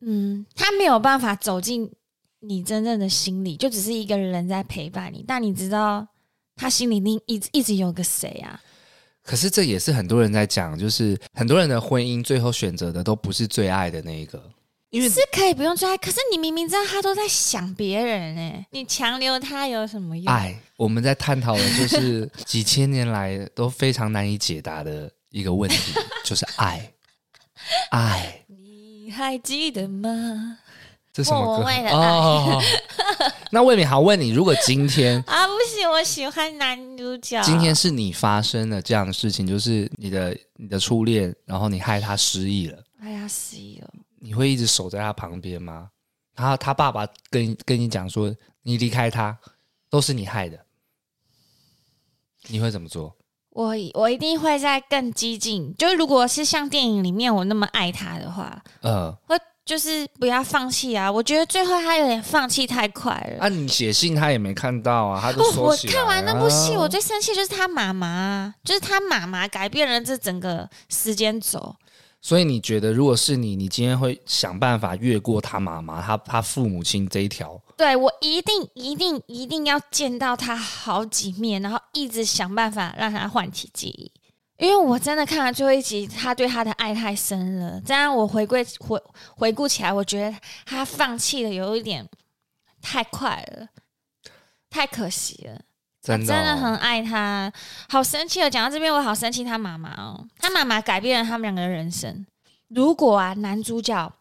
[SPEAKER 1] 嗯，他没有办法走进你真正的心里，就只是一个人在陪伴你。但你知道他心里另一一直有个谁啊？
[SPEAKER 2] 可是这也是很多人在讲，就是很多人的婚姻最后选择的都不是最爱的那一个，因为
[SPEAKER 1] 是可以不用追爱，可是你明明知道他都在想别人哎、你强留他有什么用？
[SPEAKER 2] 爱我们在探讨的就是 几千年来都非常难以解答的一个问 题，就是爱，爱。
[SPEAKER 1] 你还记得吗？
[SPEAKER 2] 这是什么
[SPEAKER 1] 莫
[SPEAKER 2] 歌
[SPEAKER 1] 文蔚的爱
[SPEAKER 2] 哦？ 那魏敏豪问你，如果今天
[SPEAKER 1] 啊，不行，我喜欢男主角。
[SPEAKER 2] 今天是你发生了这样的事情，就是你的你的初恋，然后你害他失忆了，
[SPEAKER 1] 哎呀，死了。
[SPEAKER 2] 你会一直守在他旁边吗？然后他爸爸跟跟你讲说，你离开他都是你害的，你会怎么做？
[SPEAKER 1] 我我一定会在更激进，就如果是像电影里面我那么爱他的话，
[SPEAKER 2] 呃，
[SPEAKER 1] 我就是不要放弃啊！我觉得最后他有点放弃太快了。
[SPEAKER 2] 啊，你写信他也没看到啊，他都
[SPEAKER 1] 哦，
[SPEAKER 2] 说
[SPEAKER 1] 我
[SPEAKER 2] 起来
[SPEAKER 1] 看完那部戏，
[SPEAKER 2] 啊
[SPEAKER 1] 我最生气就是他妈妈啊，就是他妈妈改变了这整个时间轴。
[SPEAKER 2] 所以你觉得，如果是你，你今天会想办法越过他妈妈、他他父母亲这一条？
[SPEAKER 1] 对我一定一定一定要见到他好几面，然后一直想办法让他唤起记忆。因为我真的看了最后一集，他对他的爱太深了。这样我回归回回顾起来，我觉得他放弃的有一点太快了，太可惜了。
[SPEAKER 2] 真的哦、
[SPEAKER 1] 真的很爱他，好生气哦！讲到这边，我好生气他妈妈哦，他妈妈改变了他们两个的人生。如果啊，男主角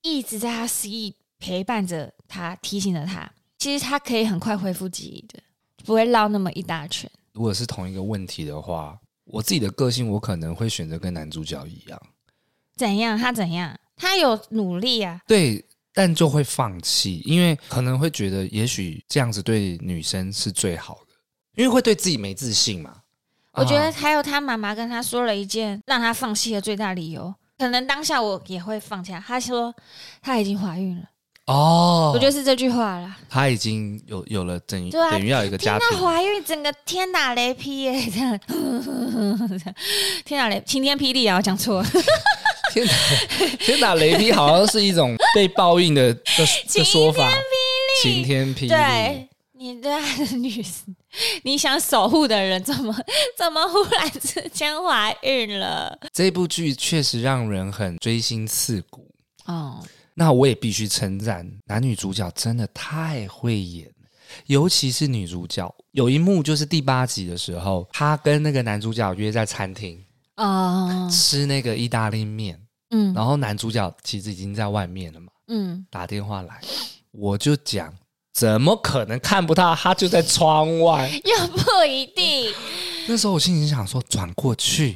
[SPEAKER 1] 一直在他失忆陪伴着他，提醒着他，其实他可以很快恢复记忆的，不会绕那么一大圈。
[SPEAKER 2] 如果是同一个问题的话，我自己的个性，我可能会选择跟男主角一样，
[SPEAKER 1] 怎样？他怎样？他有努力啊，
[SPEAKER 2] 对，但就会放弃，因为可能会觉得，也许这样子对女生是最好的，因为会对自己没自信嘛。
[SPEAKER 1] 我觉得
[SPEAKER 2] 啊
[SPEAKER 1] 还有他妈妈跟他说了一件让他放弃的最大理由，可能当下我也会放下。他说她已经怀孕了，
[SPEAKER 2] 哦，
[SPEAKER 1] 我觉得是这句话啦。
[SPEAKER 2] 他已经有有了等于
[SPEAKER 1] 对啊
[SPEAKER 2] 等于要有一个
[SPEAKER 1] 听
[SPEAKER 2] 家
[SPEAKER 1] 到
[SPEAKER 2] 庭，
[SPEAKER 1] 怀孕，整个天打雷劈耶、这样， 天打雷，晴天霹雳啊！我讲错了，
[SPEAKER 2] 天打天打雷劈，好像是一种被报应的的的说法，晴天霹雳，
[SPEAKER 1] 对你对爱的女生，你想守护的人，怎么 怎么忽然之间怀孕了？
[SPEAKER 2] 这部剧确实让人很锥心刺骨。
[SPEAKER 1] 哦，
[SPEAKER 2] 那我也必须称赞男女主角真的太会演了，尤其是女主角。有一幕就是第八集的时候，她跟那个男主角约在餐厅
[SPEAKER 1] 哦，
[SPEAKER 2] 吃那个意大利面，
[SPEAKER 1] 嗯
[SPEAKER 2] 然后男主角其实已经在外面了嘛，
[SPEAKER 1] 嗯，
[SPEAKER 2] 打电话来，我就讲。怎么可能看不到？他就在窗外。
[SPEAKER 1] 又不一定。
[SPEAKER 2] 那时候我心里想说，转过去，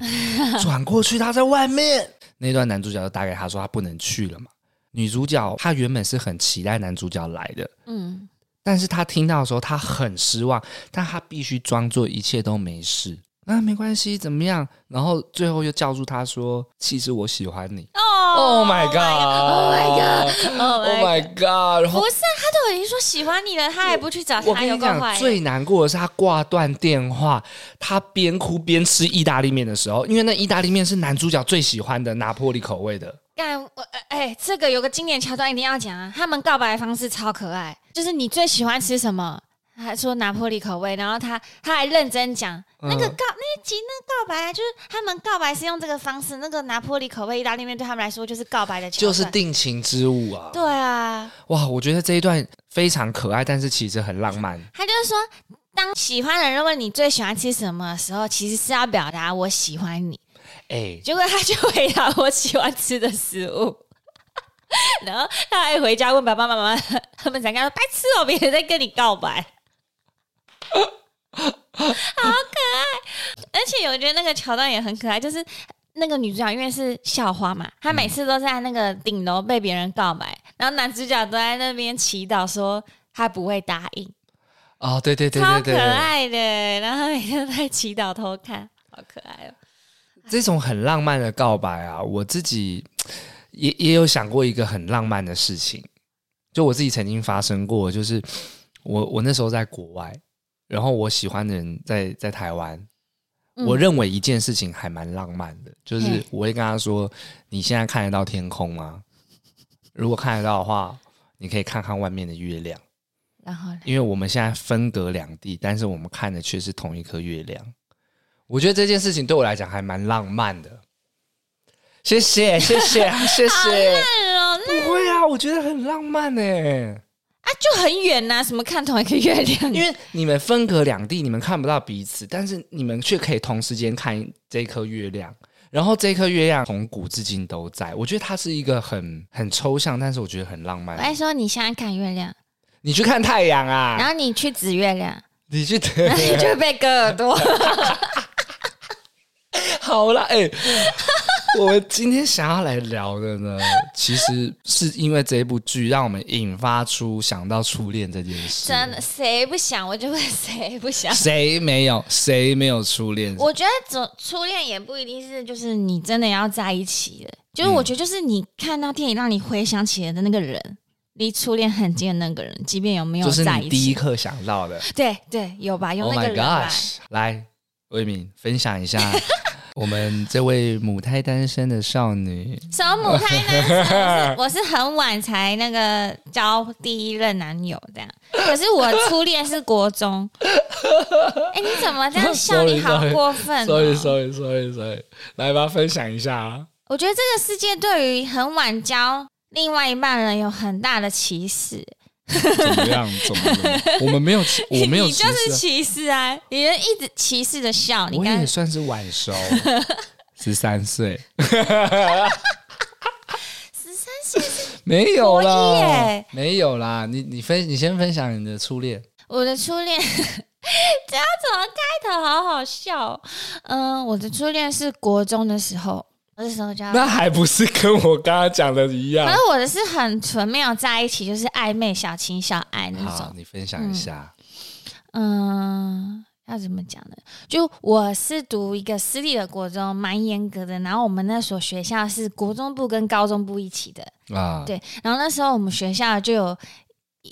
[SPEAKER 2] 转过去，他在外面。那段男主角就打给他说，他不能去了嘛。女主角她原本是很期待男主角来的，
[SPEAKER 1] 嗯，
[SPEAKER 2] 但是他听到的时候，他很失望，但他必须装作一切都没事。那、没关系，怎么样？然后最后又叫住他说：“其实我喜欢你。
[SPEAKER 1] 哦
[SPEAKER 2] ”Oh my
[SPEAKER 1] god！Oh my
[SPEAKER 2] god！Oh
[SPEAKER 1] god！Oh my
[SPEAKER 2] Oh my god！然后
[SPEAKER 1] 不是啊，他都已经说喜欢你了，他还不去找
[SPEAKER 2] 我
[SPEAKER 1] 他，
[SPEAKER 2] 跟
[SPEAKER 1] 有
[SPEAKER 2] 你
[SPEAKER 1] 够
[SPEAKER 2] 讲，
[SPEAKER 1] 坏。
[SPEAKER 2] 最难过的是他挂断电话，他边哭边吃意大利面的时候，因为那意大利面是男主角最喜欢的拿破里口味的。
[SPEAKER 1] 干我呃哎、这个有个经典桥段一定要讲啊！他们告白的方式超可爱，就是你最喜欢吃什么？他说拿破里口味，然后他他还认真讲、
[SPEAKER 2] 嗯
[SPEAKER 1] 那个告那一集那个告白啊，就是他们告白是用这个方式，那个拿破里口味意大利面对他们来说就是告白的桥段，
[SPEAKER 2] 就是定情之物啊！
[SPEAKER 1] 对啊，
[SPEAKER 2] 哇，我觉得这一段非常可爱，但是其实很浪漫。
[SPEAKER 1] 他就是说，当喜欢的人问你最喜欢吃什么的时候，其实是要表达我喜欢你，
[SPEAKER 2] 哎、
[SPEAKER 1] 结果他就回答我喜欢吃的食物， 然后他还回家问爸爸妈妈，他们才跟他说白痴哦，别人在跟你告白， 好可爱。而且我觉得那个桥段也很可爱，就是那个女主角因为是校花嘛，她每次都在那个顶楼被别人告白，然后男主角都在那边祈祷说。他不会答应，
[SPEAKER 2] 哦，对对对
[SPEAKER 1] 超
[SPEAKER 2] 对
[SPEAKER 1] 可
[SPEAKER 2] 对对，
[SPEAKER 1] 爱的。然后每天都在祈祷偷看，好可爱哦。
[SPEAKER 2] 这种很浪漫的告白啊，我自己也也有想过一个很浪漫的事情，就我自己曾经发生过，就是 我我那时候在国外，然后我喜欢的人在在台湾，
[SPEAKER 1] 嗯
[SPEAKER 2] 我认为一件事情还蛮浪漫的，就是
[SPEAKER 1] 嘿
[SPEAKER 2] 我会跟他说：“你现在看得到天空吗？如果看得到的话，你可以看看外面的月亮，
[SPEAKER 1] 然后呢？
[SPEAKER 2] 因为我们现在分隔两地，但是我们看的却是同一颗月亮。”我觉得这件事情对我来讲还蛮浪漫的。谢谢，谢谢，啊谢谢。
[SPEAKER 1] 哎呦，
[SPEAKER 2] 不会啊，我觉得很浪漫呢、
[SPEAKER 1] 啊，就很远呐、什么看同一个月亮？
[SPEAKER 2] 因为你们分隔两地，你们看不到彼此，但是你们却可以同时间看这颗月亮。然后这颗月亮从古至今都在，我觉得它是一个很很抽象，但是我觉得很浪
[SPEAKER 1] 我
[SPEAKER 2] 漫。
[SPEAKER 1] 还说你现在看月亮，
[SPEAKER 2] 你去看太阳啊
[SPEAKER 1] 然，后你去指月亮，
[SPEAKER 2] 你 去
[SPEAKER 1] 然后你就会被割耳 朵。
[SPEAKER 2] 好啦，哎、我们今天想要来聊的呢，其实是因为这部剧让我们引发出想到初恋这件事。
[SPEAKER 1] 真的，谁不想我就会谁不想。
[SPEAKER 2] 谁没有？谁没有初恋？
[SPEAKER 1] 我觉得总初恋也不一定是就是你真的要在一起的，就是
[SPEAKER 2] 嗯
[SPEAKER 1] 我觉得就是你看到电影让你回想起来的那个人，离初恋很近的那个人，即便有没有
[SPEAKER 2] 就是
[SPEAKER 1] 在
[SPEAKER 2] 你
[SPEAKER 1] 一
[SPEAKER 2] 第一
[SPEAKER 1] 起，
[SPEAKER 2] 刻想到的。
[SPEAKER 1] 对对，有吧？有
[SPEAKER 2] Oh
[SPEAKER 1] 那个
[SPEAKER 2] my
[SPEAKER 1] 人吧
[SPEAKER 2] gosh！来，魏敏分享一下我们这位母胎单身的少女，
[SPEAKER 1] 什么母胎男生？ 我是我是很晚才那个交第一任男友这样，可是我初恋是国 中。哎、你怎么这样笑？
[SPEAKER 2] Sorry，
[SPEAKER 1] 你好
[SPEAKER 2] sorry
[SPEAKER 1] 过 分、哦
[SPEAKER 2] sorry sorry sorry sorry，来吧，分享一下啊。
[SPEAKER 1] 我觉得这个世界对于很晚交另外一半人有很大的歧视。
[SPEAKER 2] 怎么样？怎么 了？我们没有歧，我没有
[SPEAKER 1] 你
[SPEAKER 2] 歧
[SPEAKER 1] 就是
[SPEAKER 2] 视
[SPEAKER 1] 歧视啊！你就一直歧视的笑，
[SPEAKER 2] 啊，
[SPEAKER 1] 你
[SPEAKER 2] 我
[SPEAKER 1] 刚
[SPEAKER 2] 也算是晚 熟，十三岁，
[SPEAKER 1] 十三岁
[SPEAKER 2] 没有
[SPEAKER 1] 国一
[SPEAKER 2] 啦
[SPEAKER 1] 耶，
[SPEAKER 2] 没有啦。你你分，你先分享你的初恋。
[SPEAKER 1] 我的初恋， 这要怎么开头？好好笑哦、嗯、我的初恋是国中的时候，那时候叫，
[SPEAKER 2] 那还不是跟我刚刚讲的一样
[SPEAKER 1] 反正？我的是很纯，没有在一起，就是暧昧、小情小爱那
[SPEAKER 2] 好
[SPEAKER 1] 种，。
[SPEAKER 2] 你分享一下。
[SPEAKER 1] 嗯，要怎么讲呢？就我是读一个私立的国中，蛮严格的。然后我们那所学校是国中部跟高中部一起的，
[SPEAKER 2] 啊，
[SPEAKER 1] 嗯对，然后那时候我们学校就有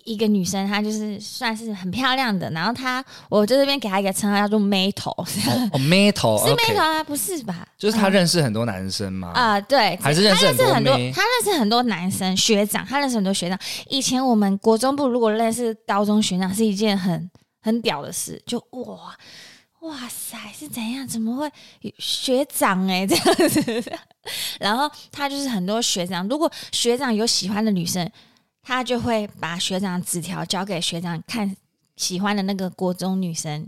[SPEAKER 1] 一个女生，她就是算是很漂亮的，然后她我在这边给她一个称号叫做妹头， 是
[SPEAKER 2] 哦哦，妹头
[SPEAKER 1] 妹
[SPEAKER 2] OK，
[SPEAKER 1] 头啊？不是吧？
[SPEAKER 2] 就是他认识很多男生嘛，
[SPEAKER 1] 啊、对。
[SPEAKER 2] 还是认识
[SPEAKER 1] 认
[SPEAKER 2] 很
[SPEAKER 1] 识
[SPEAKER 2] 多
[SPEAKER 1] 很多，
[SPEAKER 2] 妹
[SPEAKER 1] 她认识很多男生学长，她认识很多学长。以前我们国中部如果认识高中学长是一件很很屌的事，就哇哇塞是怎样？怎么会有学长哎、这样子？ 然后她就是很多学长，如果学长有喜欢的女生，她就会把学长纸条交给学长看喜欢的那个国中女生，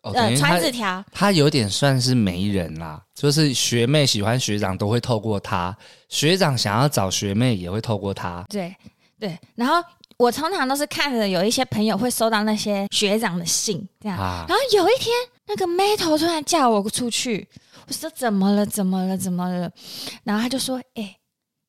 [SPEAKER 2] 哦，等
[SPEAKER 1] 呃，
[SPEAKER 2] 于
[SPEAKER 1] 传
[SPEAKER 2] 他
[SPEAKER 1] 纸条，
[SPEAKER 2] 他有点算是媒人啦，就是学妹喜欢学长都会透过他，学长想要找学妹也会透过他。
[SPEAKER 1] 对对，然后我通常都是看着有一些朋友会收到那些学长的信，这样。
[SPEAKER 2] 啊
[SPEAKER 1] 然后有一天，那个妹头突然叫我出去，我说怎么了？怎么了？怎么了？然后他就说：“哎、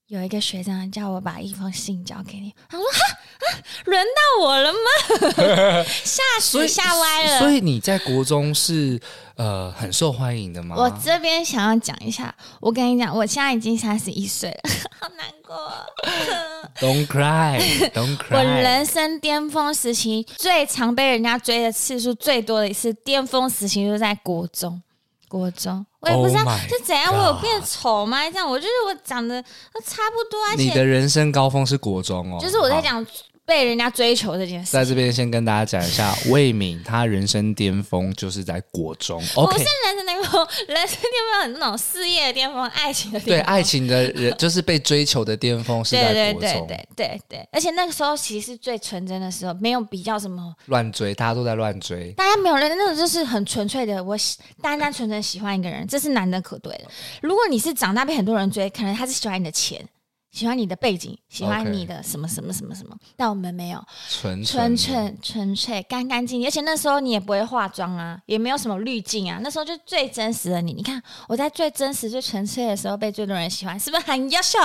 [SPEAKER 1] 有一个学长叫我把一封信交给你。”他说：“哈啊，轮到我了吗？吓
[SPEAKER 2] 所
[SPEAKER 1] 死
[SPEAKER 2] 以
[SPEAKER 1] 吓歪了。”
[SPEAKER 2] 所以你在国中是呃很受欢迎的吗？
[SPEAKER 1] 我这边想要讲一下，我跟你讲，我现在已经三十一岁了， 好难过哦。
[SPEAKER 2] Don't cry，Don't cry。
[SPEAKER 1] 我人生巅峰时期最常被人家追的次数最多的一次巅峰时期就是在国中，国中我也不知道
[SPEAKER 2] Oh my
[SPEAKER 1] 是怎样，我有
[SPEAKER 2] God
[SPEAKER 1] 变丑吗？这样我觉得我长得都差不多，而
[SPEAKER 2] 你
[SPEAKER 1] 且
[SPEAKER 2] 的人生高峰是国中哦，
[SPEAKER 1] 就是我在
[SPEAKER 2] 好。
[SPEAKER 1] 讲被人家追求这件事。
[SPEAKER 2] 在这边先跟大家讲一下，魏敏她人生巅峰就是在国中
[SPEAKER 1] 不
[SPEAKER 2] ，OK，
[SPEAKER 1] 是人生巅峰，人生巅峰很那种事业的巅峰、爱情的巅
[SPEAKER 2] 对
[SPEAKER 1] 峰，
[SPEAKER 2] 爱情的人就是被追求的巅峰是
[SPEAKER 1] 对
[SPEAKER 2] 在
[SPEAKER 1] 对
[SPEAKER 2] 国
[SPEAKER 1] 对
[SPEAKER 2] 中，
[SPEAKER 1] 对对对，而且那个时候其实是最纯真的时候，没有比较什么
[SPEAKER 2] 乱追，大家都在乱追。
[SPEAKER 1] 大家没有人那种就是很纯粹的，我喜单单纯纯喜欢一个人，这是难能可贵的。如果你是长大被很多人追，可能他是喜欢你的钱，喜欢你的背景，喜欢
[SPEAKER 2] OK
[SPEAKER 1] 你的什么什么什么什么，但我们没有，
[SPEAKER 2] 纯
[SPEAKER 1] 纯
[SPEAKER 2] 纯
[SPEAKER 1] 纯纯粹干干净净，而且那时候你也不会化妆啊，也没有什么滤镜啊，那时候就最真实的你。你看我在最真实、最纯粹的时候被最多人喜欢，是不是很优秀？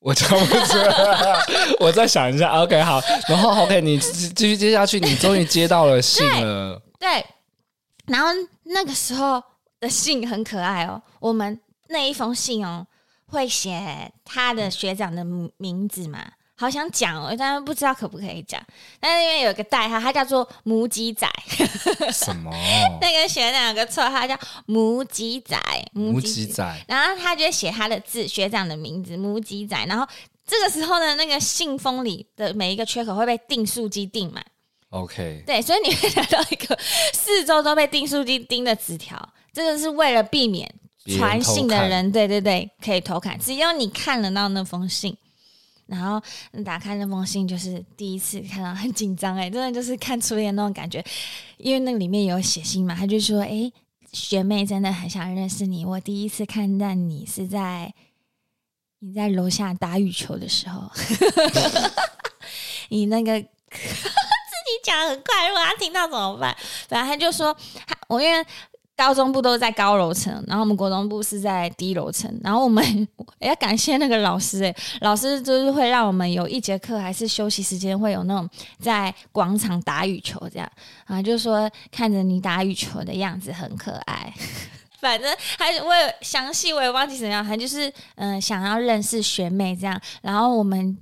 [SPEAKER 2] 我讲不出来， 我再想一下。OK，好，然后 OK，你继继续接下去，你终于接到了信了。
[SPEAKER 1] 对，然后那个时候的信很可爱哦，我们那一封信哦，会写他的学长的名名字嘛。好想讲哦，但是不知道可不可以讲。但是因为有一个代号，他叫做母鸡仔。
[SPEAKER 2] 什么？
[SPEAKER 1] 那个学长有个绰号叫母鸡仔，
[SPEAKER 2] 母鸡。仔
[SPEAKER 1] 然后他就会写他的字，学长的名字母鸡仔。然后这个时候呢，那个信封里的每一个缺口会被订书机订满。
[SPEAKER 2] ？OK，
[SPEAKER 1] 对，所以你会拿到一个四周都被订书机钉的纸条，这个是为了避免
[SPEAKER 2] 别人
[SPEAKER 1] 传
[SPEAKER 2] 偷
[SPEAKER 1] 信的
[SPEAKER 2] 看
[SPEAKER 1] 人，对对对，可以偷看。只有你看得到那封信，然后你打开那封信，就是第一次看到，很紧张哎、真的就是看初恋那种感觉，因为那里面有写信嘛，他就说哎、诶学妹真的很想认识你，我第一次看到你是在你在楼下打羽球的时候， 你那个。你讲得很快，如果他听到怎么办？反正他就说，他我因为高中部都是在高楼层，然后我们国中部是在低楼层，然后我们哎也要感谢那个老师、欸，老师就是会让我们有一节课还是休息时间会有那种在广场打羽球这样，然后就说看着你打羽球的样子很可爱。 反正还我也详细我也忘记怎样，他就是嗯、呃想要认识学妹这样，然后我们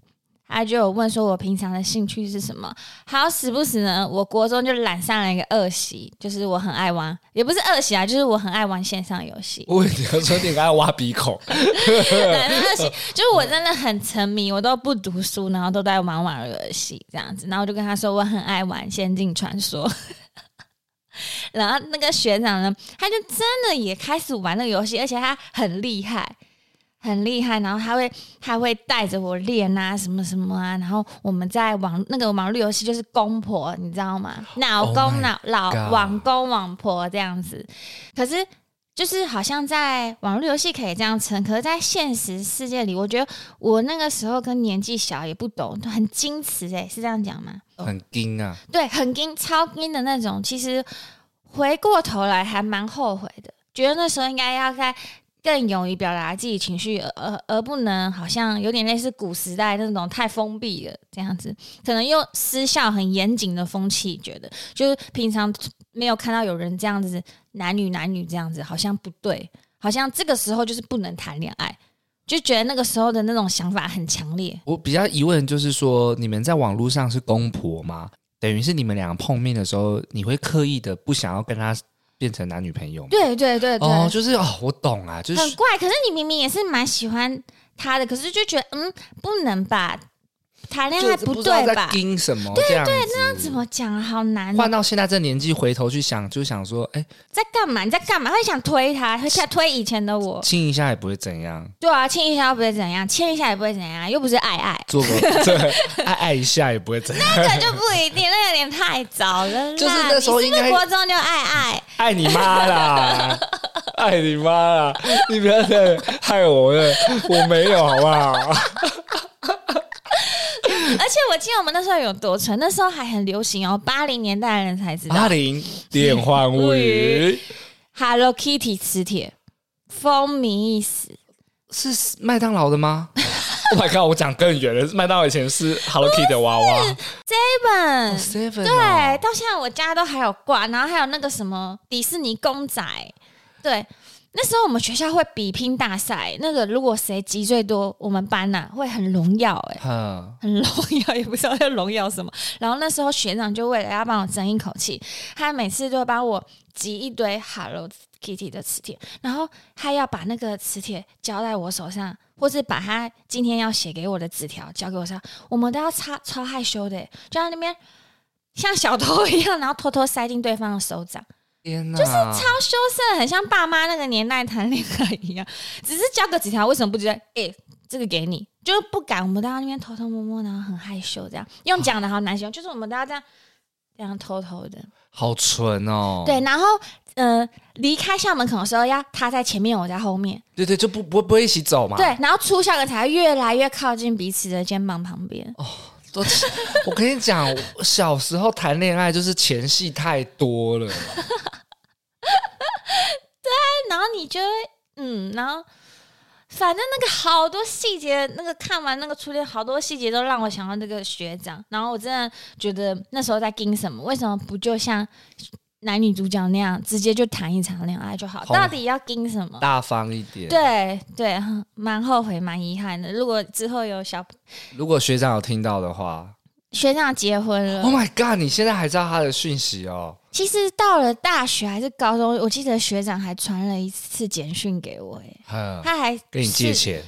[SPEAKER 1] 他就有问说我平常的兴趣是什么。好死不死呢，我国中就染上了一个恶习，就是我很爱玩，也不是恶习啊，就是我很爱玩线上游戏。
[SPEAKER 2] 我以为你要说你刚才挖 鼻孔，
[SPEAKER 1] 染上恶习就是我真的很沉迷，我都不读书，然后都在玩玩游戏这样子。然后我就跟他说我很爱玩《仙境传说》。然后那个学长呢，他就真的也开始玩那个游戏，而且他很厉害，很厉害。然后他会他会带着我练啊，什么什么啊。然后我们在网那个网络游戏就是公婆，你知道吗？老
[SPEAKER 2] Oh
[SPEAKER 1] 公
[SPEAKER 2] my
[SPEAKER 1] 老老
[SPEAKER 2] God
[SPEAKER 1] 网公网婆这样子。可是就是好像在网络游戏可以这样称，可是在现实世界里，我觉得我那个时候跟年纪小也不懂，都很矜持哎、是这样讲吗？
[SPEAKER 2] 很硬啊。
[SPEAKER 1] 对，很硬、超硬的那种。其实回过头来还蛮后悔的，觉得那时候应该要在更勇于表达自己情绪，而而而不能好像有点类似古时代那种太封闭了这样子，可能又私校很严谨的风气，觉得就是平常没有看到有人这样子，男女男女这样子好像不对，好像这个时候就是不能谈恋爱。就觉得那个时候的那种想法很强烈，
[SPEAKER 2] 我比较疑问就是说，你们在网络上是公婆吗？等于是你们两个碰面的时候，你会刻意的不想要跟他变成男女朋友吗？
[SPEAKER 1] 对对对对，
[SPEAKER 2] 哦，就是哦，我懂啊，就是
[SPEAKER 1] 很怪。可是你明明也是蛮喜欢他的，可是就觉得嗯，不能吧，谈恋爱
[SPEAKER 2] 就是不知道
[SPEAKER 1] 啊对
[SPEAKER 2] 在
[SPEAKER 1] 吧？
[SPEAKER 2] 盯什么这样子。
[SPEAKER 1] 怎么讲啊？好难哦、
[SPEAKER 2] 换到现在这年纪，回头去想，就想说，哎、
[SPEAKER 1] 在干嘛？你在干嘛？会想推他，会想推以前的我。
[SPEAKER 2] 亲一下也不会怎样，
[SPEAKER 1] 对啊，亲一下又不会怎样，亲一下也不会怎样，又不是爱 爱，
[SPEAKER 2] 做个 对爱爱一下也不会怎样，
[SPEAKER 1] 这个就不一定，那有点太早了啦。
[SPEAKER 2] 就是那时候
[SPEAKER 1] 你是不
[SPEAKER 2] 应该
[SPEAKER 1] 是国中就爱爱，
[SPEAKER 2] 爱你妈 啦，爱你妈啦，你不要再害我了，我没有好不 好？
[SPEAKER 1] 而且我记得我们那时候有多蠢，那时候还很流行哦，八零年代的人才知道。
[SPEAKER 2] 阿玲电幻物语
[SPEAKER 1] Hello Kitty 磁铁风靡一时，
[SPEAKER 2] 是麦当劳的吗 ？Oh my god！我讲更远了，麦当劳以前是 Hello Kitty 的娃娃
[SPEAKER 1] 这本
[SPEAKER 2] 哦，Seven 啊
[SPEAKER 1] 对，到现在我家都还有挂，然后还有那个什么迪士尼公仔。对，那时候我们学校会比拼大赛，那个如果谁集最多，我们班呐、会很荣耀哎、
[SPEAKER 2] 嗯，
[SPEAKER 1] 很荣耀， 也不知道要荣耀什么。然后那时候学长就为了要帮我争一口气，他每次都帮我集一堆 Hello Kitty 的磁铁，然后他要把那个磁铁交在我手上，或是把他今天要写给我的纸条交给我上，我们都要超超害羞的，欸就在那边像小偷一样，然后偷偷塞进对方的手掌。
[SPEAKER 2] 天哪，就是超
[SPEAKER 1] 超羞涩，很像爸妈那个年代谈恋爱一样，只是交个几条，为什么不直接？哎、这个给你，就是不敢。我们都要那边偷偷摸摸，然后很害羞，这样用讲的好难形容，就是我们都要这样这样偷偷的。
[SPEAKER 2] 好纯哦。
[SPEAKER 1] 对，然后呃，离开校门口的时候，要他在前面，我在后面。
[SPEAKER 2] 对对，就不不不会一起走嘛。
[SPEAKER 1] 对，，然后出校门才会越来越靠近彼此的肩膀旁边。
[SPEAKER 2] 我 我跟你讲，我小时候谈恋爱就是前戏太多了。
[SPEAKER 1] 然后你就会嗯，然后反正那个好多细节，那个看完那个初恋，好多细节都让我想到那个学长。然后我真的觉得那时候在盯什么？为什么不就像男女主角那样，直接就谈一场恋爱就好？
[SPEAKER 2] 好
[SPEAKER 1] 到底要盯什么？
[SPEAKER 2] 大方一点。，
[SPEAKER 1] 对对，哼蛮后悔，蛮遗憾的。如果之后有小
[SPEAKER 2] 如果学长有听到的话
[SPEAKER 1] 学长结婚了
[SPEAKER 2] ，Oh my god！你现在还知道他的讯息哦？
[SPEAKER 1] 其实到了大学还是高中，我记得学长还传了一次简讯给我、欸，
[SPEAKER 2] 嗯，
[SPEAKER 1] 他还
[SPEAKER 2] 跟你借
[SPEAKER 1] 是
[SPEAKER 2] 钱，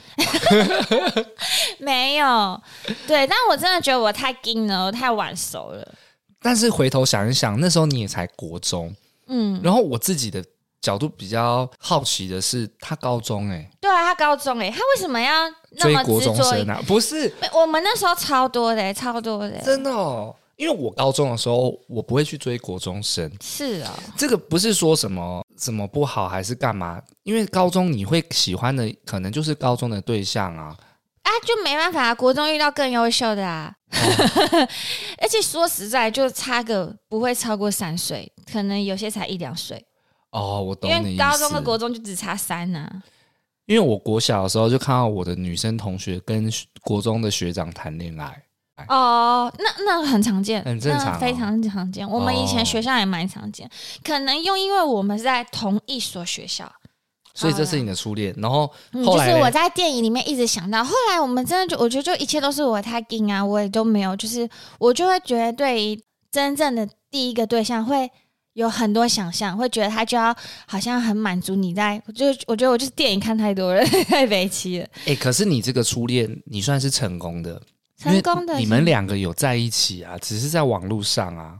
[SPEAKER 1] 没有，对，但我真的觉得我太硬了，我太晚熟了。
[SPEAKER 2] 但是回头想一想，那时候你也才国中。
[SPEAKER 1] 嗯，
[SPEAKER 2] 然后我自己的角度比较好奇的是，他高中哎、
[SPEAKER 1] 对啊，他高中哎、他为什么要那
[SPEAKER 2] 追
[SPEAKER 1] 么
[SPEAKER 2] 国
[SPEAKER 1] 执
[SPEAKER 2] 中
[SPEAKER 1] 着于
[SPEAKER 2] 生？啊，不是
[SPEAKER 1] 没我们那时候超多的、欸，超多的、欸，
[SPEAKER 2] 真的哦。因为我高中的时候，我不会去追国中生，
[SPEAKER 1] 是哦，
[SPEAKER 2] 这个不是说什么什么不好还是干嘛，因为高中你会喜欢的可能就是高中的对象啊。
[SPEAKER 1] 啊，就没办法、啊，国中遇到更优秀的啊。
[SPEAKER 2] 哦
[SPEAKER 1] 而且说实在，就差个不会超过三岁，可能有些才一两岁，
[SPEAKER 2] 哦，我懂
[SPEAKER 1] 因
[SPEAKER 2] 你
[SPEAKER 1] 为
[SPEAKER 2] 意思。
[SPEAKER 1] 高中跟国中就只差三呐、啊。
[SPEAKER 2] 因为我国小的时候就看到我的女生同学跟国中的学长谈恋爱，
[SPEAKER 1] 哦，那那很常见，
[SPEAKER 2] 很正常哦
[SPEAKER 1] 那非常常见。我们以前学校也蛮常见，可能又因为我们是在同一所学校，
[SPEAKER 2] 所以这是你的初恋。然后
[SPEAKER 1] 嗯，
[SPEAKER 2] 后
[SPEAKER 1] 就
[SPEAKER 2] 来
[SPEAKER 1] 是
[SPEAKER 2] 嘞
[SPEAKER 1] 我在电影里面一直想到，后来我们真的就，我觉得就一切都是我太硬啊，我也都没有，就是我就会觉得对于真正的第一个对象会有很多想象，会觉得他就要好像很满足你在，我就我觉得我就是电影看太多了， 太悲戚了，
[SPEAKER 2] 哎、可是你这个初恋，你算是成功的，因
[SPEAKER 1] 成
[SPEAKER 2] 为
[SPEAKER 1] 功的
[SPEAKER 2] 你们两个有在一起啊，只是在网络上啊。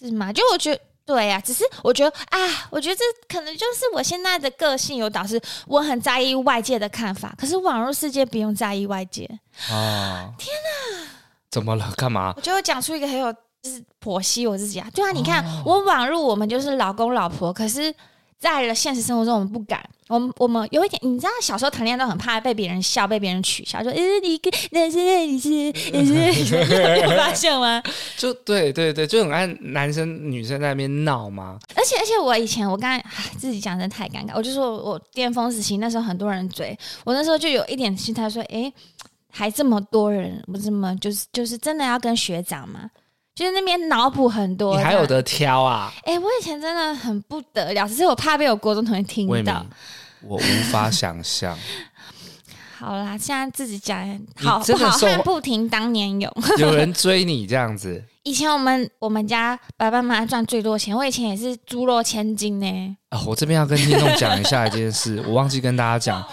[SPEAKER 1] 是吗？就我觉得。对呀、只是我觉得啊，我觉得这可能就是我现在的个性有导致，我很在意外界的看法。可是网络世界不用在意外界，
[SPEAKER 2] 啊！ 天哪！怎么了？干嘛？
[SPEAKER 1] 我觉得我讲出一个很有就是剖析我自己啊，对啊，你看、我网络我们就是老公老婆，可是，在了现实生活中我们不敢，我们我们有一点，你知道小时候谈恋爱都很怕被别人笑，被别人取笑，说呃你跟那是你是你是， 你有发现吗？
[SPEAKER 2] 就对对对，就很爱男生女生在那边闹嘛。
[SPEAKER 1] 而且而且我以前我刚才唉自己讲真的太尴尬，我就说我我巅峰时期那时候很多人追我，那时候就有一点心态说，诶，还这么多人，我怎么就是就是真的要跟学长吗？就是那边脑补很多，
[SPEAKER 2] 你还有得挑啊！
[SPEAKER 1] 哎、我以前真的很不得了，只是我怕被我国中同学听
[SPEAKER 2] 我也没
[SPEAKER 1] 到。，
[SPEAKER 2] 我无法想象。
[SPEAKER 1] 好啦，现在自己讲，
[SPEAKER 2] 你
[SPEAKER 1] 好不
[SPEAKER 2] 真的
[SPEAKER 1] 好
[SPEAKER 2] 受
[SPEAKER 1] 汉不停当年勇。
[SPEAKER 2] 有人追你这样子，
[SPEAKER 1] 以前我们我们家爸爸妈妈赚最多钱，我以前也是猪肉千金呢、
[SPEAKER 2] 啊，我这边要跟听众讲一下一件事，我忘记跟大家讲。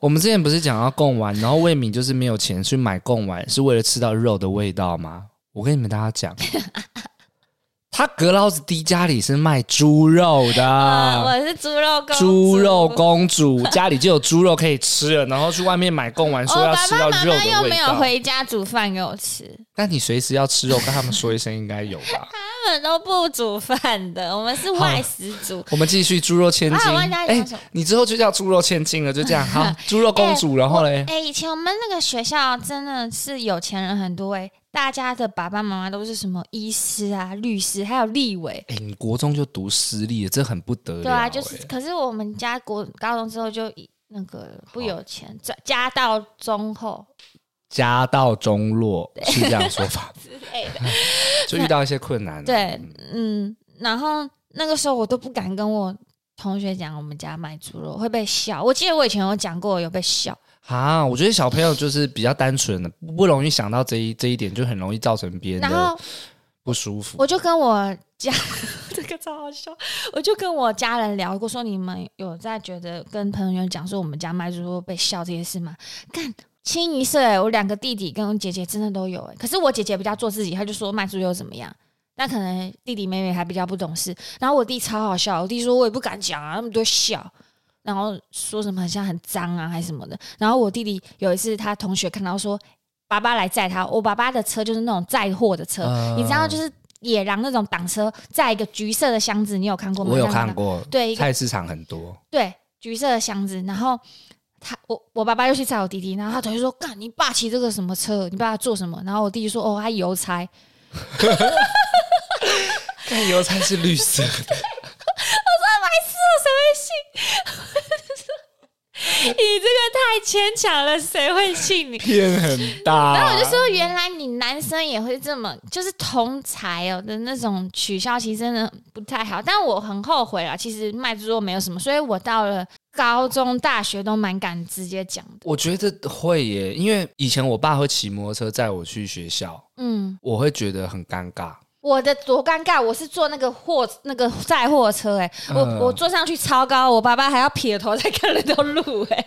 [SPEAKER 2] 我们之前不是讲到贡丸，然后魏敏就是没有钱去买贡丸，是为了吃到肉的味道吗？我跟你们大家 讲，他格劳子迪家里是卖猪肉
[SPEAKER 1] 啊，
[SPEAKER 2] 的，
[SPEAKER 1] 我是猪肉公主，
[SPEAKER 2] 猪肉公主家里就有猪肉可以吃了，然后去外面买贡丸，
[SPEAKER 1] 我
[SPEAKER 2] 说要
[SPEAKER 1] 哦爸
[SPEAKER 2] 吃到
[SPEAKER 1] 爸妈
[SPEAKER 2] 肉
[SPEAKER 1] 妈又
[SPEAKER 2] 的味
[SPEAKER 1] 没有
[SPEAKER 2] 道。
[SPEAKER 1] 回家煮饭给我吃，
[SPEAKER 2] 但你随时要吃肉，跟他们说一声应该有吧？
[SPEAKER 1] 他们都不煮饭的，我们是外食族。
[SPEAKER 2] 我们继续猪肉千金
[SPEAKER 1] 啊我忘记要。讲
[SPEAKER 2] 哎
[SPEAKER 1] 什么，
[SPEAKER 2] 你之后就叫猪肉千金了，就这样。 好，猪肉公主，然后嘞，
[SPEAKER 1] 哎、以前我们那个学校真的是有钱人很多哎、大家的爸爸妈妈都是什么医师啊、律师，还有立委。
[SPEAKER 2] 哎、你国中就读私立了，这很不得了、
[SPEAKER 1] 对啊，就是
[SPEAKER 2] 哎，
[SPEAKER 1] 可是我们家国高中之后就以那个不有钱，家家道中后
[SPEAKER 2] 家道中落是这样说 法，
[SPEAKER 1] 之类的。
[SPEAKER 2] 就遇到一些困难、啊。
[SPEAKER 1] 对，嗯，然后那个时候我都不敢跟我同学讲我们家卖猪肉会被笑。我记得我以前有讲过，有被笑。
[SPEAKER 2] 啊，我觉得小朋友就是比较单纯的，不容易想到这一这一点，就很容易造成别人
[SPEAKER 1] 然
[SPEAKER 2] 的
[SPEAKER 1] 后
[SPEAKER 2] 不舒服。
[SPEAKER 1] 我就跟我家 这个超好笑，我就跟我家人聊过，说你们有在觉得跟朋友讲说我们家卖猪肉被笑这些事吗？干。清一色、欸，我两个弟弟跟我姐姐真的都有哎、可是我姐姐比较做自己，她就说卖猪肉怎么样？那可能弟弟妹妹还比较不懂事。然后我弟超好笑，我弟说我也不敢讲啊，他们都笑，然后说什么好像很脏啊还是什么的。然后我弟弟有一次他同学看到说爸爸来载他，我爸爸的车就是那种载货的车，
[SPEAKER 2] 嗯
[SPEAKER 1] 你知道就是野狼那种挡车，载一个橘色的箱子，你有看过吗？
[SPEAKER 2] 我有
[SPEAKER 1] 那样
[SPEAKER 2] 看过，
[SPEAKER 1] 对一个
[SPEAKER 2] 菜市场很 多，
[SPEAKER 1] 对，橘色的箱子，然后他我我爸爸又去载我弟弟，然后他同学说：“干，你爸骑这个什么车？你爸做什么？”然后我弟弟说：“哦，他邮差。”
[SPEAKER 2] 但油菜是绿色的。
[SPEAKER 1] 你这个太牵强了，谁会信你？
[SPEAKER 2] 片很大，
[SPEAKER 1] 然后我就说，原来你男生也会这么，就是同才哦的那种取消，其实真的不太好。但我很后悔啦，其实卖猪肉没有什么，所以我到了高中、大学都蛮敢直接讲的。
[SPEAKER 2] 我觉得会耶，因为以前我爸会骑摩托车载我去学校，
[SPEAKER 1] 嗯，
[SPEAKER 2] 我会觉得很尴尬。
[SPEAKER 1] 我的多尴尬，我是坐那个货那个载货车、欸，我、
[SPEAKER 2] 嗯
[SPEAKER 1] 我坐上去超高，我爸爸还要撇头在看那条路、欸， 哎、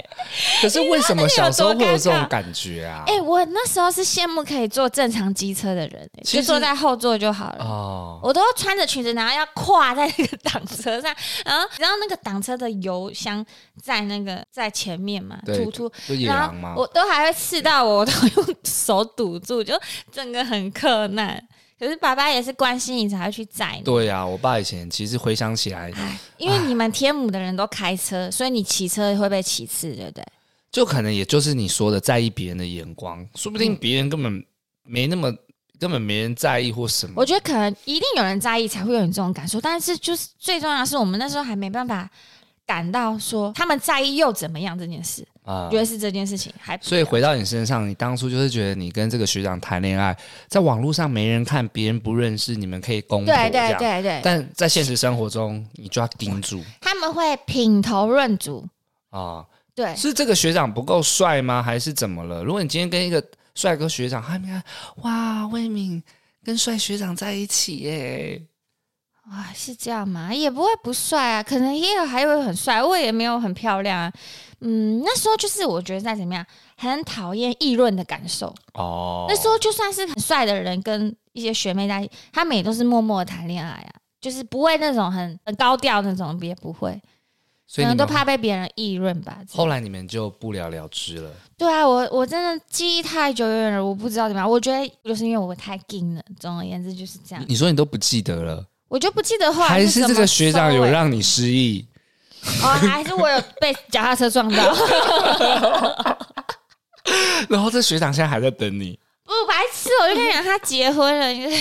[SPEAKER 2] 可是为 什么小时候会有这
[SPEAKER 1] 你知道那个有多尴
[SPEAKER 2] 种
[SPEAKER 1] 尬
[SPEAKER 2] 感觉啊？
[SPEAKER 1] 我那时候是羡慕可以坐正常机车的人、欸，
[SPEAKER 2] 其
[SPEAKER 1] 就
[SPEAKER 2] 实
[SPEAKER 1] 坐在后座就好了。
[SPEAKER 2] 哦，
[SPEAKER 1] 我都穿着裙子，然后要跨在那个 挡车上，然后然后那个挡车的油箱在那个在前面嘛，
[SPEAKER 2] 对
[SPEAKER 1] 突突，
[SPEAKER 2] 就野
[SPEAKER 1] 然
[SPEAKER 2] 狼吗
[SPEAKER 1] 后？我都还会刺到我，我都用手堵住，就整个很困难。可是爸爸也是关心你才会去载你，
[SPEAKER 2] 对呀、啊我爸以前其实回想起来，
[SPEAKER 1] 因为你们天母的人都开车，所以你骑车会被骑刺，对不对？
[SPEAKER 2] 就可能也就是你说的在意别人的眼光，说
[SPEAKER 1] 嗯
[SPEAKER 2] 不定别人根本没那么根本没人在意或什么
[SPEAKER 1] 我。觉得可能一定有人在意，才会有你这种感受。但是就是最重要的是，我们那时候还没办法感到说他们在意又怎么样这件事。
[SPEAKER 2] 啊
[SPEAKER 1] 觉得是这件事情还不
[SPEAKER 2] 所以回到你身上，你当初就是觉得你跟这个学长谈恋爱，在网络上没人看，别人不认识，你们可以公布
[SPEAKER 1] 对
[SPEAKER 2] 这
[SPEAKER 1] 对
[SPEAKER 2] 样
[SPEAKER 1] 对对，
[SPEAKER 2] 但在现实生活中，你就要盯住
[SPEAKER 1] 他们会品头论足，
[SPEAKER 2] 啊！
[SPEAKER 1] 对，
[SPEAKER 2] 是这个学长不够帅吗？还是怎么了？如果你今天跟一个帅哥学长，还没看哇，魏敏跟帅学长在一起耶，
[SPEAKER 1] 啊，是这样吗？也不会不帅啊，可能也有还会很帅，我也没有很漂亮啊。嗯，那时候就是我觉得在怎么样，很讨厌议论的感受。
[SPEAKER 2] 哦
[SPEAKER 1] 那时候就算是很帅的人跟一些学妹在一起，他们也都是默默的谈恋爱啊，就是不会那种很很高调那种，也不会，可
[SPEAKER 2] 所以你
[SPEAKER 1] 能都
[SPEAKER 2] 们哦
[SPEAKER 1] 怕被别人议论吧。
[SPEAKER 2] 后来你们就不了了之了。
[SPEAKER 1] 对啊，我我真的记忆太久远了，我不知道怎么样。我觉得就是因为我太硬了，总而言之就是这样
[SPEAKER 2] 你。你说你都不记得了，
[SPEAKER 1] 我就不记得后来
[SPEAKER 2] 还
[SPEAKER 1] 是
[SPEAKER 2] 是
[SPEAKER 1] 怎
[SPEAKER 2] 这
[SPEAKER 1] 么
[SPEAKER 2] 个学长
[SPEAKER 1] 收
[SPEAKER 2] 有
[SPEAKER 1] 尾
[SPEAKER 2] 让你失忆？
[SPEAKER 1] 哦，还是我有被脚踏车撞 到，
[SPEAKER 2] 然后这学长现在还在等你。
[SPEAKER 1] 不白痴，我就跟你讲，他结婚了。你这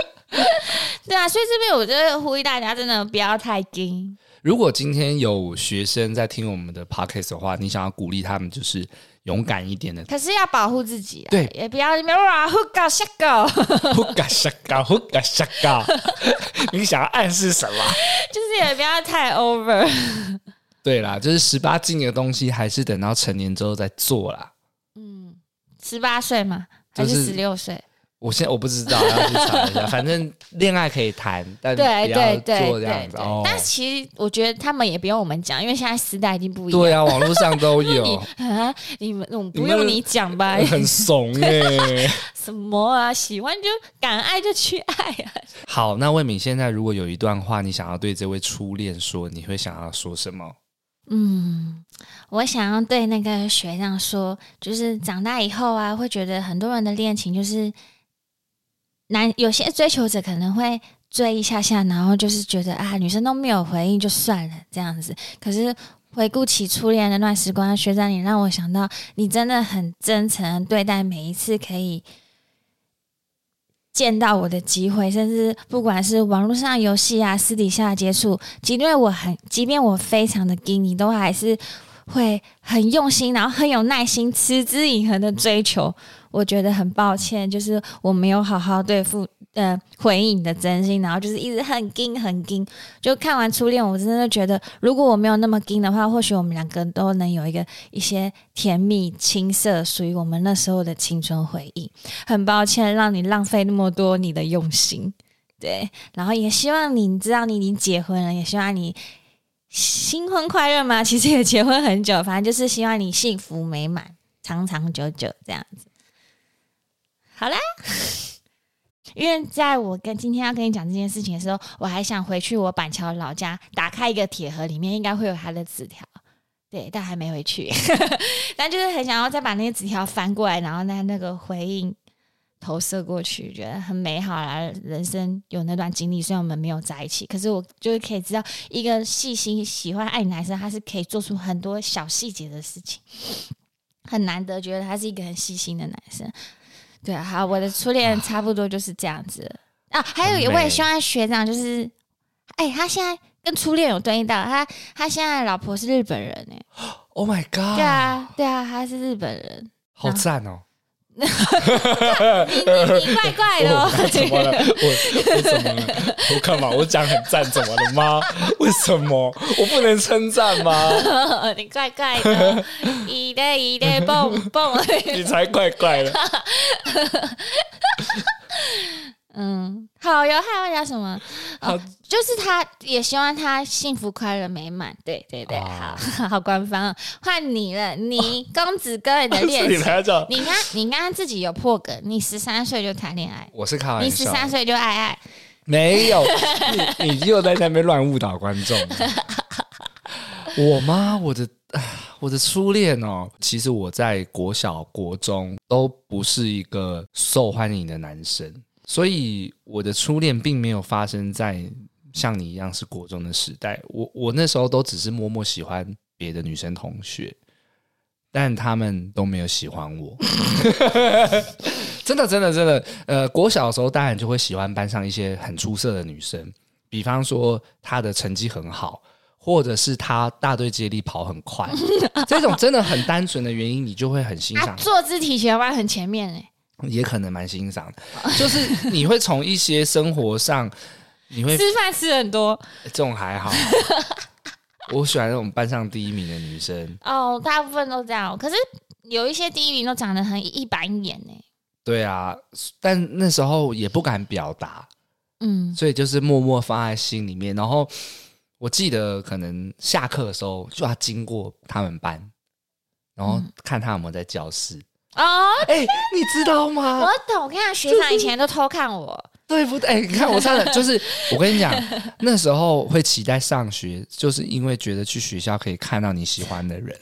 [SPEAKER 1] 对啊，所以这边我觉得呼吁大家，真的不要太惊。，
[SPEAKER 2] 如果今天有学生在听我们的 podcast 的话，你想要鼓励他们，就是勇敢一点的
[SPEAKER 1] 可是要保护自己啊，
[SPEAKER 2] 对
[SPEAKER 1] 也不要你们哇胡搞瞎搞，
[SPEAKER 2] 呼嘎沙嘎，呼嘎沙嘎， 你想要暗示什么？
[SPEAKER 1] 就是也不要太 over。
[SPEAKER 2] 对啦，就是十八禁的东西，还是等到成年之后再做啦。
[SPEAKER 1] 嗯，十八岁嘛，还
[SPEAKER 2] 就是是
[SPEAKER 1] 十六岁？
[SPEAKER 2] 我现在我不知道，要去查一下。反正恋爱可以谈，但不
[SPEAKER 1] 对
[SPEAKER 2] 要
[SPEAKER 1] 对对
[SPEAKER 2] 做这
[SPEAKER 1] 对
[SPEAKER 2] 样子
[SPEAKER 1] 对
[SPEAKER 2] 哦。。
[SPEAKER 1] 但其实我觉得他们也不用我们讲，因为现在时代已经不一样。
[SPEAKER 2] 对啊，网络上都有，
[SPEAKER 1] 你啊，你们我
[SPEAKER 2] 你
[SPEAKER 1] 不
[SPEAKER 2] 们
[SPEAKER 1] 用你讲吧？
[SPEAKER 2] 很怂哎、
[SPEAKER 1] 什么啊？喜欢就敢爱就去爱啊！
[SPEAKER 2] 好，那魏敏，现在如果有一段话，你想要对这位初恋说，你会想要说什么？
[SPEAKER 1] 嗯，我想要对那个学长说，就是长大以后啊，会觉得很多人的恋情就是男，有些追求者可能会追一下下，然后就是觉得啊，女生都没有回应就算了这样子。可是回顾起初恋的那段时光，啊学长，你让我想到，你真的很真诚地对待每一次可以。见到我的机会，甚至不管是网络上游戏啊，私底下的接触，即便我很，即便我非常的低，你都还是会很用心，然后很有耐心，持之以恒的追求。我觉得很抱歉，就是我没有好好对付呃回应你的真心，然后就是一直很硬很硬。就看完初恋，我真的觉得，如果我没有那么硬的话，或许我们两个都能有一个一些甜蜜青涩，属于我们那时候的青春回忆。很抱歉让你浪费那么多你的用心。对，然后也希望你知道你已经结婚了，也希望你新婚快乐嘛。其实也结婚很久，反正就是希望你幸福美满，长长久久这样子。好啦， 因为在我跟今天要跟你讲这件事情的时候，我还想回去我板桥老家，打开一个铁盒，里面应该会有他的纸条。对，但还没回去， 但就是很想要再把那些纸条翻过来，然后在那个回应投射过去，觉得很美好啦。人生有那段经历，虽然我们没有在一起，可是我就是可以知道，一个细心、喜欢、爱你的男生，他是可以做出很多小细节的事情，很难得，觉得他是一个很细心的男生。对啊，好，我的初恋差不多就是这样子了啊。还有一
[SPEAKER 2] 很美
[SPEAKER 1] 位希望学长，就是，哎、他现在跟初恋有对应到，他他现在的老婆是日本人哎、
[SPEAKER 2] Oh my god！
[SPEAKER 1] 对
[SPEAKER 2] 哦
[SPEAKER 1] 啊，对啊，他是日本人。
[SPEAKER 2] 好赞哦！
[SPEAKER 1] 你你你怪怪的、
[SPEAKER 2] 我！Oh，怎么了？
[SPEAKER 1] 哦，
[SPEAKER 2] 我我怎么了？我干嘛？我讲很赞，怎么了吗？为什么我不能称赞吗？
[SPEAKER 1] 你怪怪 的，一类一类蹦蹦。
[SPEAKER 2] 你才怪怪的。
[SPEAKER 1] 嗯，好哟，还要讲什么？
[SPEAKER 2] 好
[SPEAKER 1] 哦，就是他也希望他幸福、快乐、美满。对对对，
[SPEAKER 2] 啊
[SPEAKER 1] 好 好官方、哦，换你了，你公子哥你 的恋
[SPEAKER 2] 你
[SPEAKER 1] 情，
[SPEAKER 2] 才讲，
[SPEAKER 1] 你刚你刚刚自己有破梗，你十三岁就谈恋爱，
[SPEAKER 2] 我是开
[SPEAKER 1] 你
[SPEAKER 2] 玩
[SPEAKER 1] 十
[SPEAKER 2] 哎笑，
[SPEAKER 1] 三岁就爱爱，
[SPEAKER 2] 没有你，你又在那边乱误导观 众。我吗？我的啊我的初恋哦，其实我在国小、国中都不是一个受欢迎的男生，所以我的初恋并没有发生在像你一样是国中的时代。我我那时候都只是默默喜欢别的女生同学，但他们都没有喜欢我。 真的，真的，真的，呃，国小的时候当然就会喜欢班上一些很出色的女生，比方说她的成绩很好，或者是他大队接力跑很快， 这种真的很单纯的原因，你就会很欣
[SPEAKER 1] 啊，
[SPEAKER 2] 赏，
[SPEAKER 1] 坐姿体学弯很前面哎、
[SPEAKER 2] 也可能蛮欣赏的。就是你会从一些生活上，你会
[SPEAKER 1] 吃饭吃很多
[SPEAKER 2] 这种还好。我喜欢那种班上第一名的女生，
[SPEAKER 1] 哦，大部分都这样。可是有一些第一名都长得很一板一眼哎、
[SPEAKER 2] 对啊，但那时候也不敢表达，
[SPEAKER 1] 嗯，
[SPEAKER 2] 所以就是默默放在心里面。然后我记得可能下课的时候就要经过他们班，然后看他有没有在教室。
[SPEAKER 1] 哦，
[SPEAKER 2] 哎、你知道吗？
[SPEAKER 1] 我懂，我跟你讲，学长以前都偷看我，
[SPEAKER 2] 对不对？哎、你看我差点，就是我跟你讲，那时候会期待上学，就是因为觉得去学校可以看到你喜欢的人。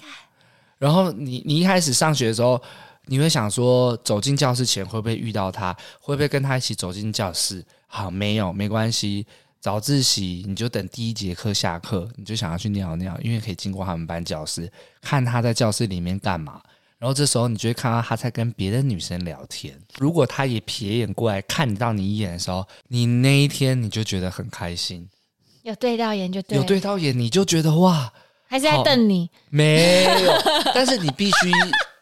[SPEAKER 2] 然后你你一开始上学的时候，你会想说，走进教室前会不会遇到他？会不会跟他一起走进教室？好，没有，没关系。早自习你就等第一节课下课，你就想要去尿尿，因为可以经过他们班教室，看他在教室里面干嘛。然后这时候你就会看到他在跟别的女生聊天。如果他也瞥眼过来看到你一眼的时候，你那一天你就觉得很开心，
[SPEAKER 1] 有对到眼就对，
[SPEAKER 2] 有对，到眼你就觉得哇
[SPEAKER 1] 还是在瞪你。
[SPEAKER 2] 没 有，但是你必须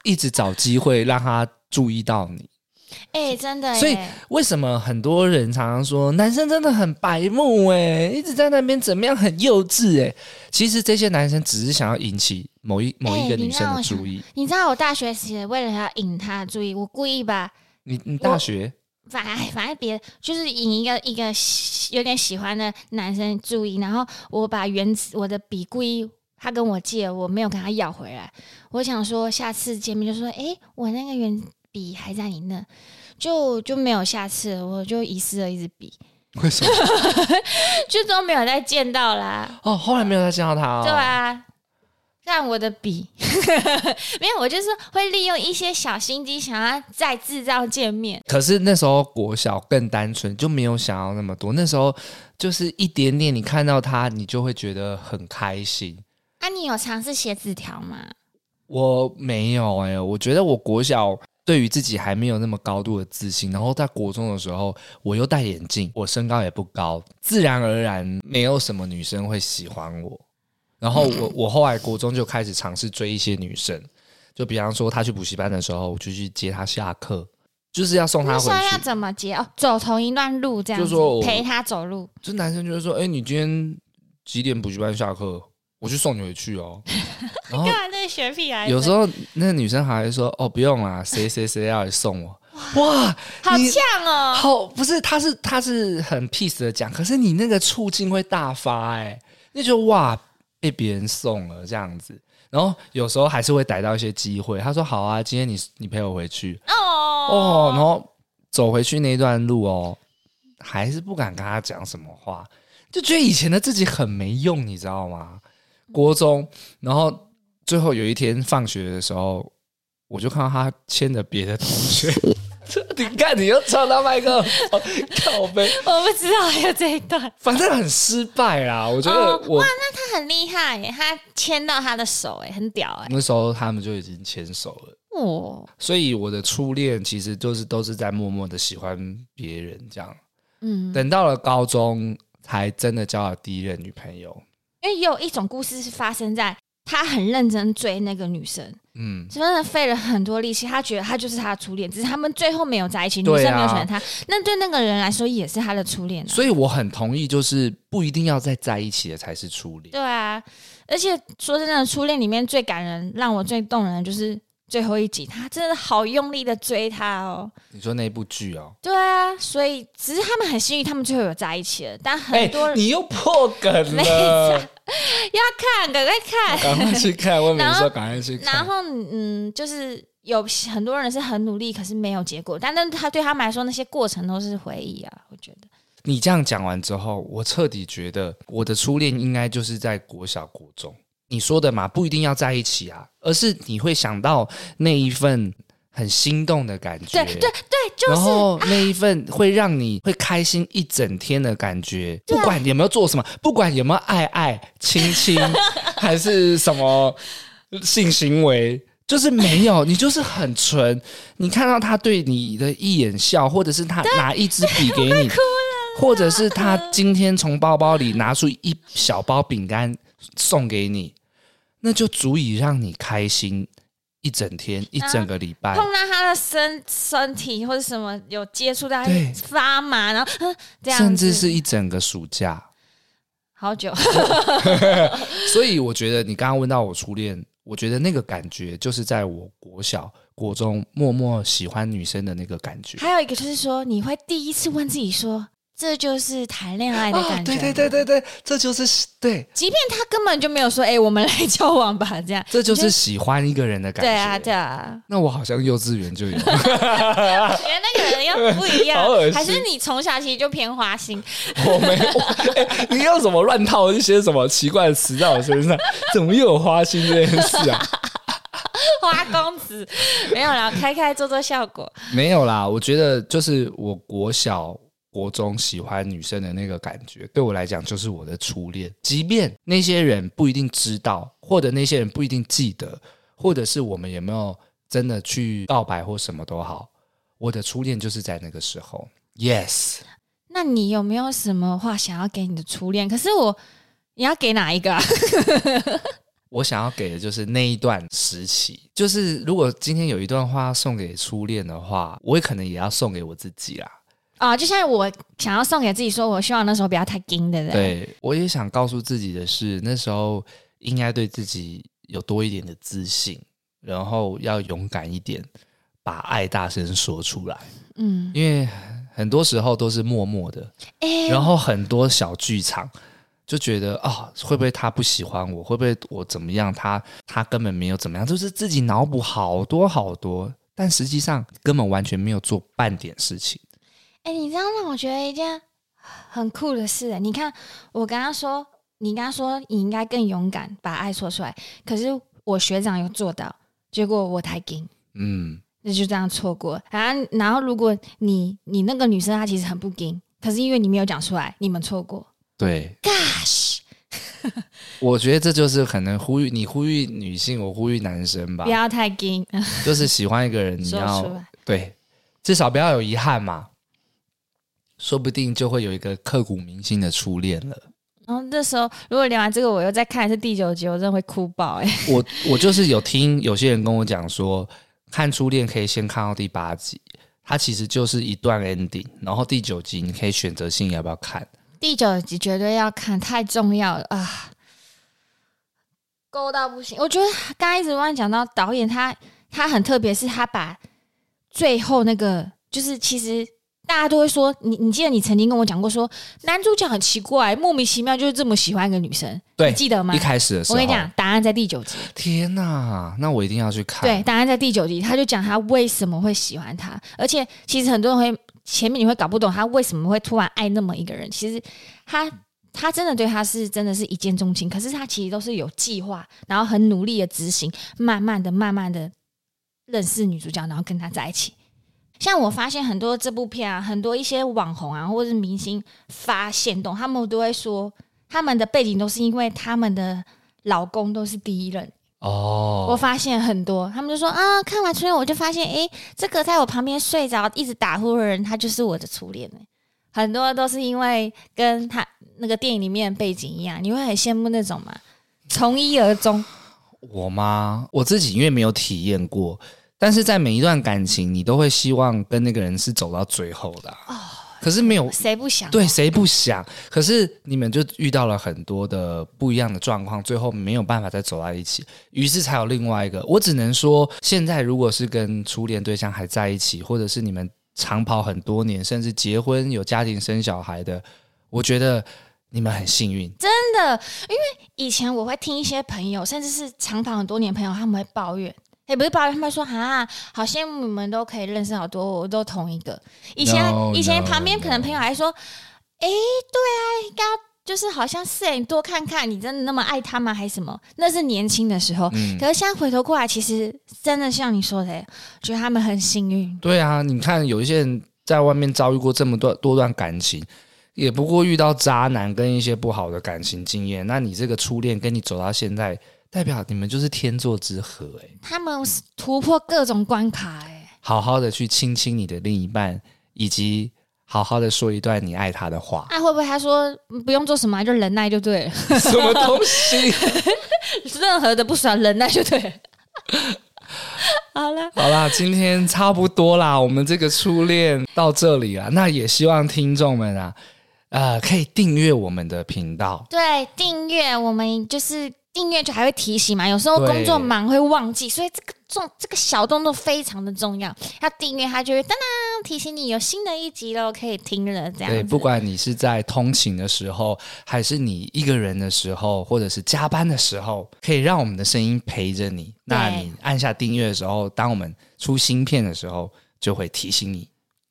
[SPEAKER 2] 一直找机会让他注意到你。
[SPEAKER 1] 哎、真的、欸，
[SPEAKER 2] 所以为什么很多人常常说男生真的很白目哎、一直在那边怎么样很幼稚哎、其实这些男生只是想要引起某一某一
[SPEAKER 1] 哎
[SPEAKER 2] 个
[SPEAKER 1] 你
[SPEAKER 2] 女生
[SPEAKER 1] 让
[SPEAKER 2] 的
[SPEAKER 1] 我想
[SPEAKER 2] 注意。
[SPEAKER 1] 你知道我大学时为了要引他的注意，我故意把
[SPEAKER 2] 你你大 学
[SPEAKER 1] 反哎反正别就是引一个一个喜有点喜欢的男生注意，然后我把原子我的笔故意他跟我借，我没有跟他要回来。我想说下次见面就说，哎、我那个原笔还在你那，就就没有下次了，我就遗失了一支笔，
[SPEAKER 2] 为什么？
[SPEAKER 1] 就都没有再见到啦。
[SPEAKER 2] 哦，后来没有再见到他、哦。
[SPEAKER 1] 对啊。看我的笔， 没有，我就是会利用一些小心机，想要再制造见面。
[SPEAKER 2] 可是那时候国小更单纯，就没有想要那么多。那时候就是一点点，你看到他，你就会觉得很开心。
[SPEAKER 1] 啊，你有尝试写纸条吗？
[SPEAKER 2] 我没有哎、我觉得我国小对于自己还没有那么高度的自信，然后在国中的时候，我又戴眼镜，我身高也不高，自然而然没有什么女生会喜欢我。然后我我后来国中就开始尝试追一些女生，就比方说她去补习班的时候，我就去接她下课，就是要送她
[SPEAKER 1] 那
[SPEAKER 2] 回
[SPEAKER 1] 时候要
[SPEAKER 2] 去。
[SPEAKER 1] 怎么接？哦，走同一段路这样子，
[SPEAKER 2] 就说我
[SPEAKER 1] 陪他走路。
[SPEAKER 2] 就男生就会说：“哎、你今天几点补习班下课？我去送你回去哦。”然后
[SPEAKER 1] 干嘛这学屁来？
[SPEAKER 2] 有时候那个女生还会说：“哦，不用啦，谁谁谁要来送我。”哇，
[SPEAKER 1] 好
[SPEAKER 2] 你
[SPEAKER 1] 呛哦！
[SPEAKER 2] 好，不是，他是他是很 peace 的讲，可是你那个促进会大发哎、那就哇被别人送了这样子。然后有时候还是会逮到一些机会，他说：“好啊，今天你你陪我回去哦。”然
[SPEAKER 1] 哦
[SPEAKER 2] 后走回去那段路哦，还是不敢跟他讲什么话，就觉得以前的自己很没用，你知道吗？国中，然后最后有一天放学的时候，我就看到他牵着别的同学， 你看你又撞到麦克风，靠背，
[SPEAKER 1] 我不知道还有这一段。
[SPEAKER 2] 反正很失败啦。我觉
[SPEAKER 1] 哦
[SPEAKER 2] 得我、
[SPEAKER 1] 他很厉害耶，他牵到他的手，哎，很屌哎。
[SPEAKER 2] 那时候他们就已经牵手了。
[SPEAKER 1] 哦，
[SPEAKER 2] 所以我的初恋其实就是都是在默默的喜欢别人这样，
[SPEAKER 1] 嗯，
[SPEAKER 2] 等到了高中才真的交了第一任女朋友。
[SPEAKER 1] 因为也有一种故事是发生在他很认真追那个女生，
[SPEAKER 2] 嗯，
[SPEAKER 1] 真的费了很多力气，他觉得他就是他的初恋，只是他们最后没有在一起，女
[SPEAKER 2] 对啊
[SPEAKER 1] 生没有选他，那对那个人来说也是他的初恋啊。
[SPEAKER 2] 所以我很同意，就是不一定要再在一起的才是初恋。
[SPEAKER 1] 对啊，而且说真的，初恋里面最感人、让我最动人的就是最后一集，他真的好用力的追他哦。
[SPEAKER 2] 你说那部剧哦，
[SPEAKER 1] 对啊，所以只是他们很幸运，他们最后有在一起了。但
[SPEAKER 2] 哎、
[SPEAKER 1] 很多人、
[SPEAKER 2] 你又破梗
[SPEAKER 1] 没
[SPEAKER 2] 了，
[SPEAKER 1] 要看，赶快看。
[SPEAKER 2] 赶快去看。我
[SPEAKER 1] 然
[SPEAKER 2] 每
[SPEAKER 1] 后
[SPEAKER 2] 次说赶快去
[SPEAKER 1] 然
[SPEAKER 2] 看。
[SPEAKER 1] 后，嗯，就是有很多人是很努力，可是没有结果。但但他对他们来说，那些过程都是回忆啊。我觉得，
[SPEAKER 2] 你这样讲完之后，我彻底觉得我的初恋应该就是在国小、国中。你说的嘛，不一定要在一起啊，而是你会想到那一份很心动的感
[SPEAKER 1] 对
[SPEAKER 2] 觉，
[SPEAKER 1] 对对，就
[SPEAKER 2] 然
[SPEAKER 1] 是
[SPEAKER 2] 后那一份会让你会开心一整天的感觉，
[SPEAKER 1] 对啊
[SPEAKER 2] 不管有没有做什么，不管有没有爱爱亲亲，还是什么性行为，就是没有，你就是很纯。你看到他对你的一眼笑，或者是他拿一支笔 给
[SPEAKER 1] 啊
[SPEAKER 2] 你，或者是他今天从包包里拿出一小包饼干送给你，那就足以让你开心一整天、一整个礼拜。
[SPEAKER 1] 碰到他的身身体或者什么有接触到，
[SPEAKER 2] 对
[SPEAKER 1] 发麻，然后呃这样子，
[SPEAKER 2] 甚至是一整个暑假，
[SPEAKER 1] 好久，
[SPEAKER 2] 所以我觉得你刚刚问到我初恋，我觉得那个感觉就是在我国小、国中默默喜欢女生的那个感觉。
[SPEAKER 1] 还有一个就是说，你会第一次问自己说，这就是谈恋爱的感觉。
[SPEAKER 2] 啊哦对对。对对对，这就是对，
[SPEAKER 1] 即便他根本就没有说，哎、我们来交往吧，这样。
[SPEAKER 2] 这就是喜欢一个人的感觉。
[SPEAKER 1] 对啊，对 啊，
[SPEAKER 2] 那我好像幼稚园就有，
[SPEAKER 1] 我觉得那个人要不一样
[SPEAKER 2] 好恶心，
[SPEAKER 1] 还是你从小其实就偏花心，
[SPEAKER 2] 我没有、哎你要怎么乱套一些什么奇怪的词在我身上？怎么又有花心这件事啊？
[SPEAKER 1] 花公子没有啦，开开做做效果。
[SPEAKER 2] 没有啦，我觉得就是我国小、国中喜欢女生的那个感觉，对我来讲就是我的初恋。即便那些人不一定知道，或者那些人不一定记得，或者是我们有没有真的去告白或什么都好，我的初恋就是在那个时候。Yes，
[SPEAKER 1] 那你有没有什么话想要给你的初恋？可是我，你要给哪一个啊？
[SPEAKER 2] 我想要给的就是那一段时期。就是如果今天有一段话送给初恋的话，我也可能也要送给我自己啦。
[SPEAKER 1] 啊，就像我想要送给自己说，我希望那时候不要太硬的人。
[SPEAKER 2] 对，我也想告诉自己的是，那时候应该对自己有多一点的自信，然后要勇敢一点，把爱大声说出来，
[SPEAKER 1] 嗯，
[SPEAKER 2] 因为很多时候都是默默的，
[SPEAKER 1] 哎、
[SPEAKER 2] 然后很多小剧场。就觉得啊、会不会他不喜欢我？会不会我怎么样？他他根本没有怎么样，就是自己脑补好多好多，但实际上根本完全没有做半点事情。
[SPEAKER 1] 哎、你这样让我觉得一件很酷的事、欸。你看，我跟他说，你跟他说你应该更勇敢，把爱说出来。可是我学长有做到，结果我太硬，
[SPEAKER 2] 嗯，
[SPEAKER 1] 那就这样错过。啊，然后如果你你那个女生她其实很不硬，可是因为你没有讲出来，你们错过。
[SPEAKER 2] 对，
[SPEAKER 1] Gosh，
[SPEAKER 2] 我觉得这就是可能呼吁你呼吁女性，我呼吁男生吧
[SPEAKER 1] 不，要太硬，
[SPEAKER 2] 就是喜欢一个人，你
[SPEAKER 1] 说出
[SPEAKER 2] 要
[SPEAKER 1] 来。
[SPEAKER 2] 对，至少不要有遗憾嘛，说不定就会有一个刻骨铭心的初恋了。
[SPEAKER 1] 然后那时候如果聊完这个，我又再看一次第九集，我真的会哭爆哎、
[SPEAKER 2] 我我就是有听有些人跟我讲说，看初恋可以先看到第八集，它其实就是一段 ending，然后第九集你可以选择性要不要看。
[SPEAKER 1] 第九集绝对要看，太重要了啊！勾到不行，我觉得刚刚一直乱讲到导演他，他很特别，是他把最后那个，就是其实大家都会说，你你记得你曾经跟我讲过说，男主角很奇怪，莫名其妙就是这么喜欢一个女生，
[SPEAKER 2] 对
[SPEAKER 1] 你记得吗
[SPEAKER 2] 一？开始的时
[SPEAKER 1] 我
[SPEAKER 2] 候，
[SPEAKER 1] 跟你讲，，答案在第九集。
[SPEAKER 2] 天哪，那我一定要去看。
[SPEAKER 1] 对，答案在第九集，他就讲他为什么会喜欢他，而且其实很多人会前面你会搞不懂他为什么会突然爱那么一个人，其实他。他真的对他是真的是一见钟情，可是他其实都是有计划，然后很努力的执行，慢慢的、慢慢的认识女主角，然后跟她在一起。像我发现很多这部片啊，很多一些网红啊，或者是明星发现动，他们都会说他们的背景都是因为他们的老公都是第一任，
[SPEAKER 2] 哦，
[SPEAKER 1] 我发现很多，他们就说啊，看完初恋我就发现，诶，这个在我旁边睡着一直打呼的人，他就是我的初恋、欸、很多都是因为跟他那个电影里面的背景一样，你会很羡慕那种嘛，从一而终。
[SPEAKER 2] 我吗？我自己因为没有体验过，但是在每一段感情，你都会希望跟那个人是走到最后的啊、可是没有
[SPEAKER 1] 哦谁不想？
[SPEAKER 2] 对谁不想？可是你们就遇到了很多的不一样的状况，最后没有办法再走到一起，于是才有另外一个。我只能说，现在如果是跟初恋对象还在一起，或者是你们长跑很多年，甚至结婚有家庭生小孩的，我觉得你们很幸运。
[SPEAKER 1] 真的，因为以前我会听一些朋友，甚至是长跑很多年的朋友，他们会抱怨。也不是抱怨，他们会说啊，好羡慕你们都可以认识好多，我都同一个。以前
[SPEAKER 2] No,
[SPEAKER 1] 以前
[SPEAKER 2] no,
[SPEAKER 1] 旁边可能
[SPEAKER 2] no.
[SPEAKER 1] 朋友还说，诶，对啊，应该要就是好像是诶你多看看，你真的那么爱他吗？还是什么？那是年轻的时候。
[SPEAKER 2] 嗯，
[SPEAKER 1] 可是现在回头过来，其实真的像你说的、诶觉得他们很幸运。
[SPEAKER 2] 对啊，你看有一些人在外面遭遇过这么多多段感情，也不过遇到渣男跟一些不好的感情经验。那你这个初恋跟你走到现在，代表你们就是天作之合哎、
[SPEAKER 1] 他们是突破各种关卡、诶，
[SPEAKER 2] 好好的去亲亲你的另一半，以及好好的说一段你爱他的话
[SPEAKER 1] 啊那、会不会他说嗯不用做什么啊，就忍耐就对了，
[SPEAKER 2] 什么东西？
[SPEAKER 1] 任何的不爽忍耐就对 了。好了，
[SPEAKER 2] 好啦，今天差不多啦，我们这个初恋到这里啦。那也希望听众们啊，呃，可以订阅我们的频道。
[SPEAKER 1] 对，订阅我们就是订阅就还会提醒嘛，有时候
[SPEAKER 2] 对
[SPEAKER 1] 工作忙会忘记，所以这个重这个小动作非常的重要，要订阅它就会当当提醒你有新的一集喽，可以听了这样
[SPEAKER 2] 对，
[SPEAKER 1] 子。
[SPEAKER 2] 不管你是在通勤的时候，还是你一个人的时候，或者是加班的时候，可以让我们的声音陪着你。那你按下订阅的时候，当我们出新片的时候，就会提醒你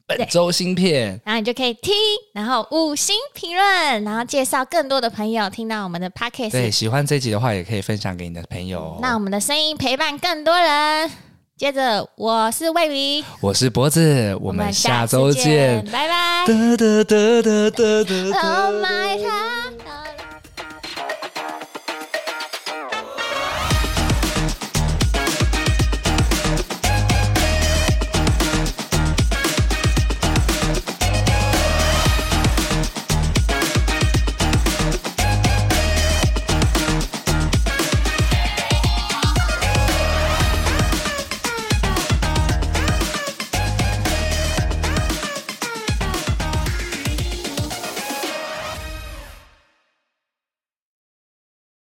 [SPEAKER 2] 本周新片。
[SPEAKER 1] 然后你就可以听，然后五星评论，然后介绍更多的朋友听到我们的 podcast。
[SPEAKER 2] 对，喜欢这集的话，也可以分享给你的朋友哦。
[SPEAKER 1] 那我们的声音陪伴更多人。接着，我是魏云，
[SPEAKER 2] 我是脖子，我
[SPEAKER 1] 我
[SPEAKER 2] 们下周
[SPEAKER 1] 次
[SPEAKER 2] 见。
[SPEAKER 1] 拜拜。
[SPEAKER 2] 哒哒哒哒哒哒哒
[SPEAKER 1] Oh my god！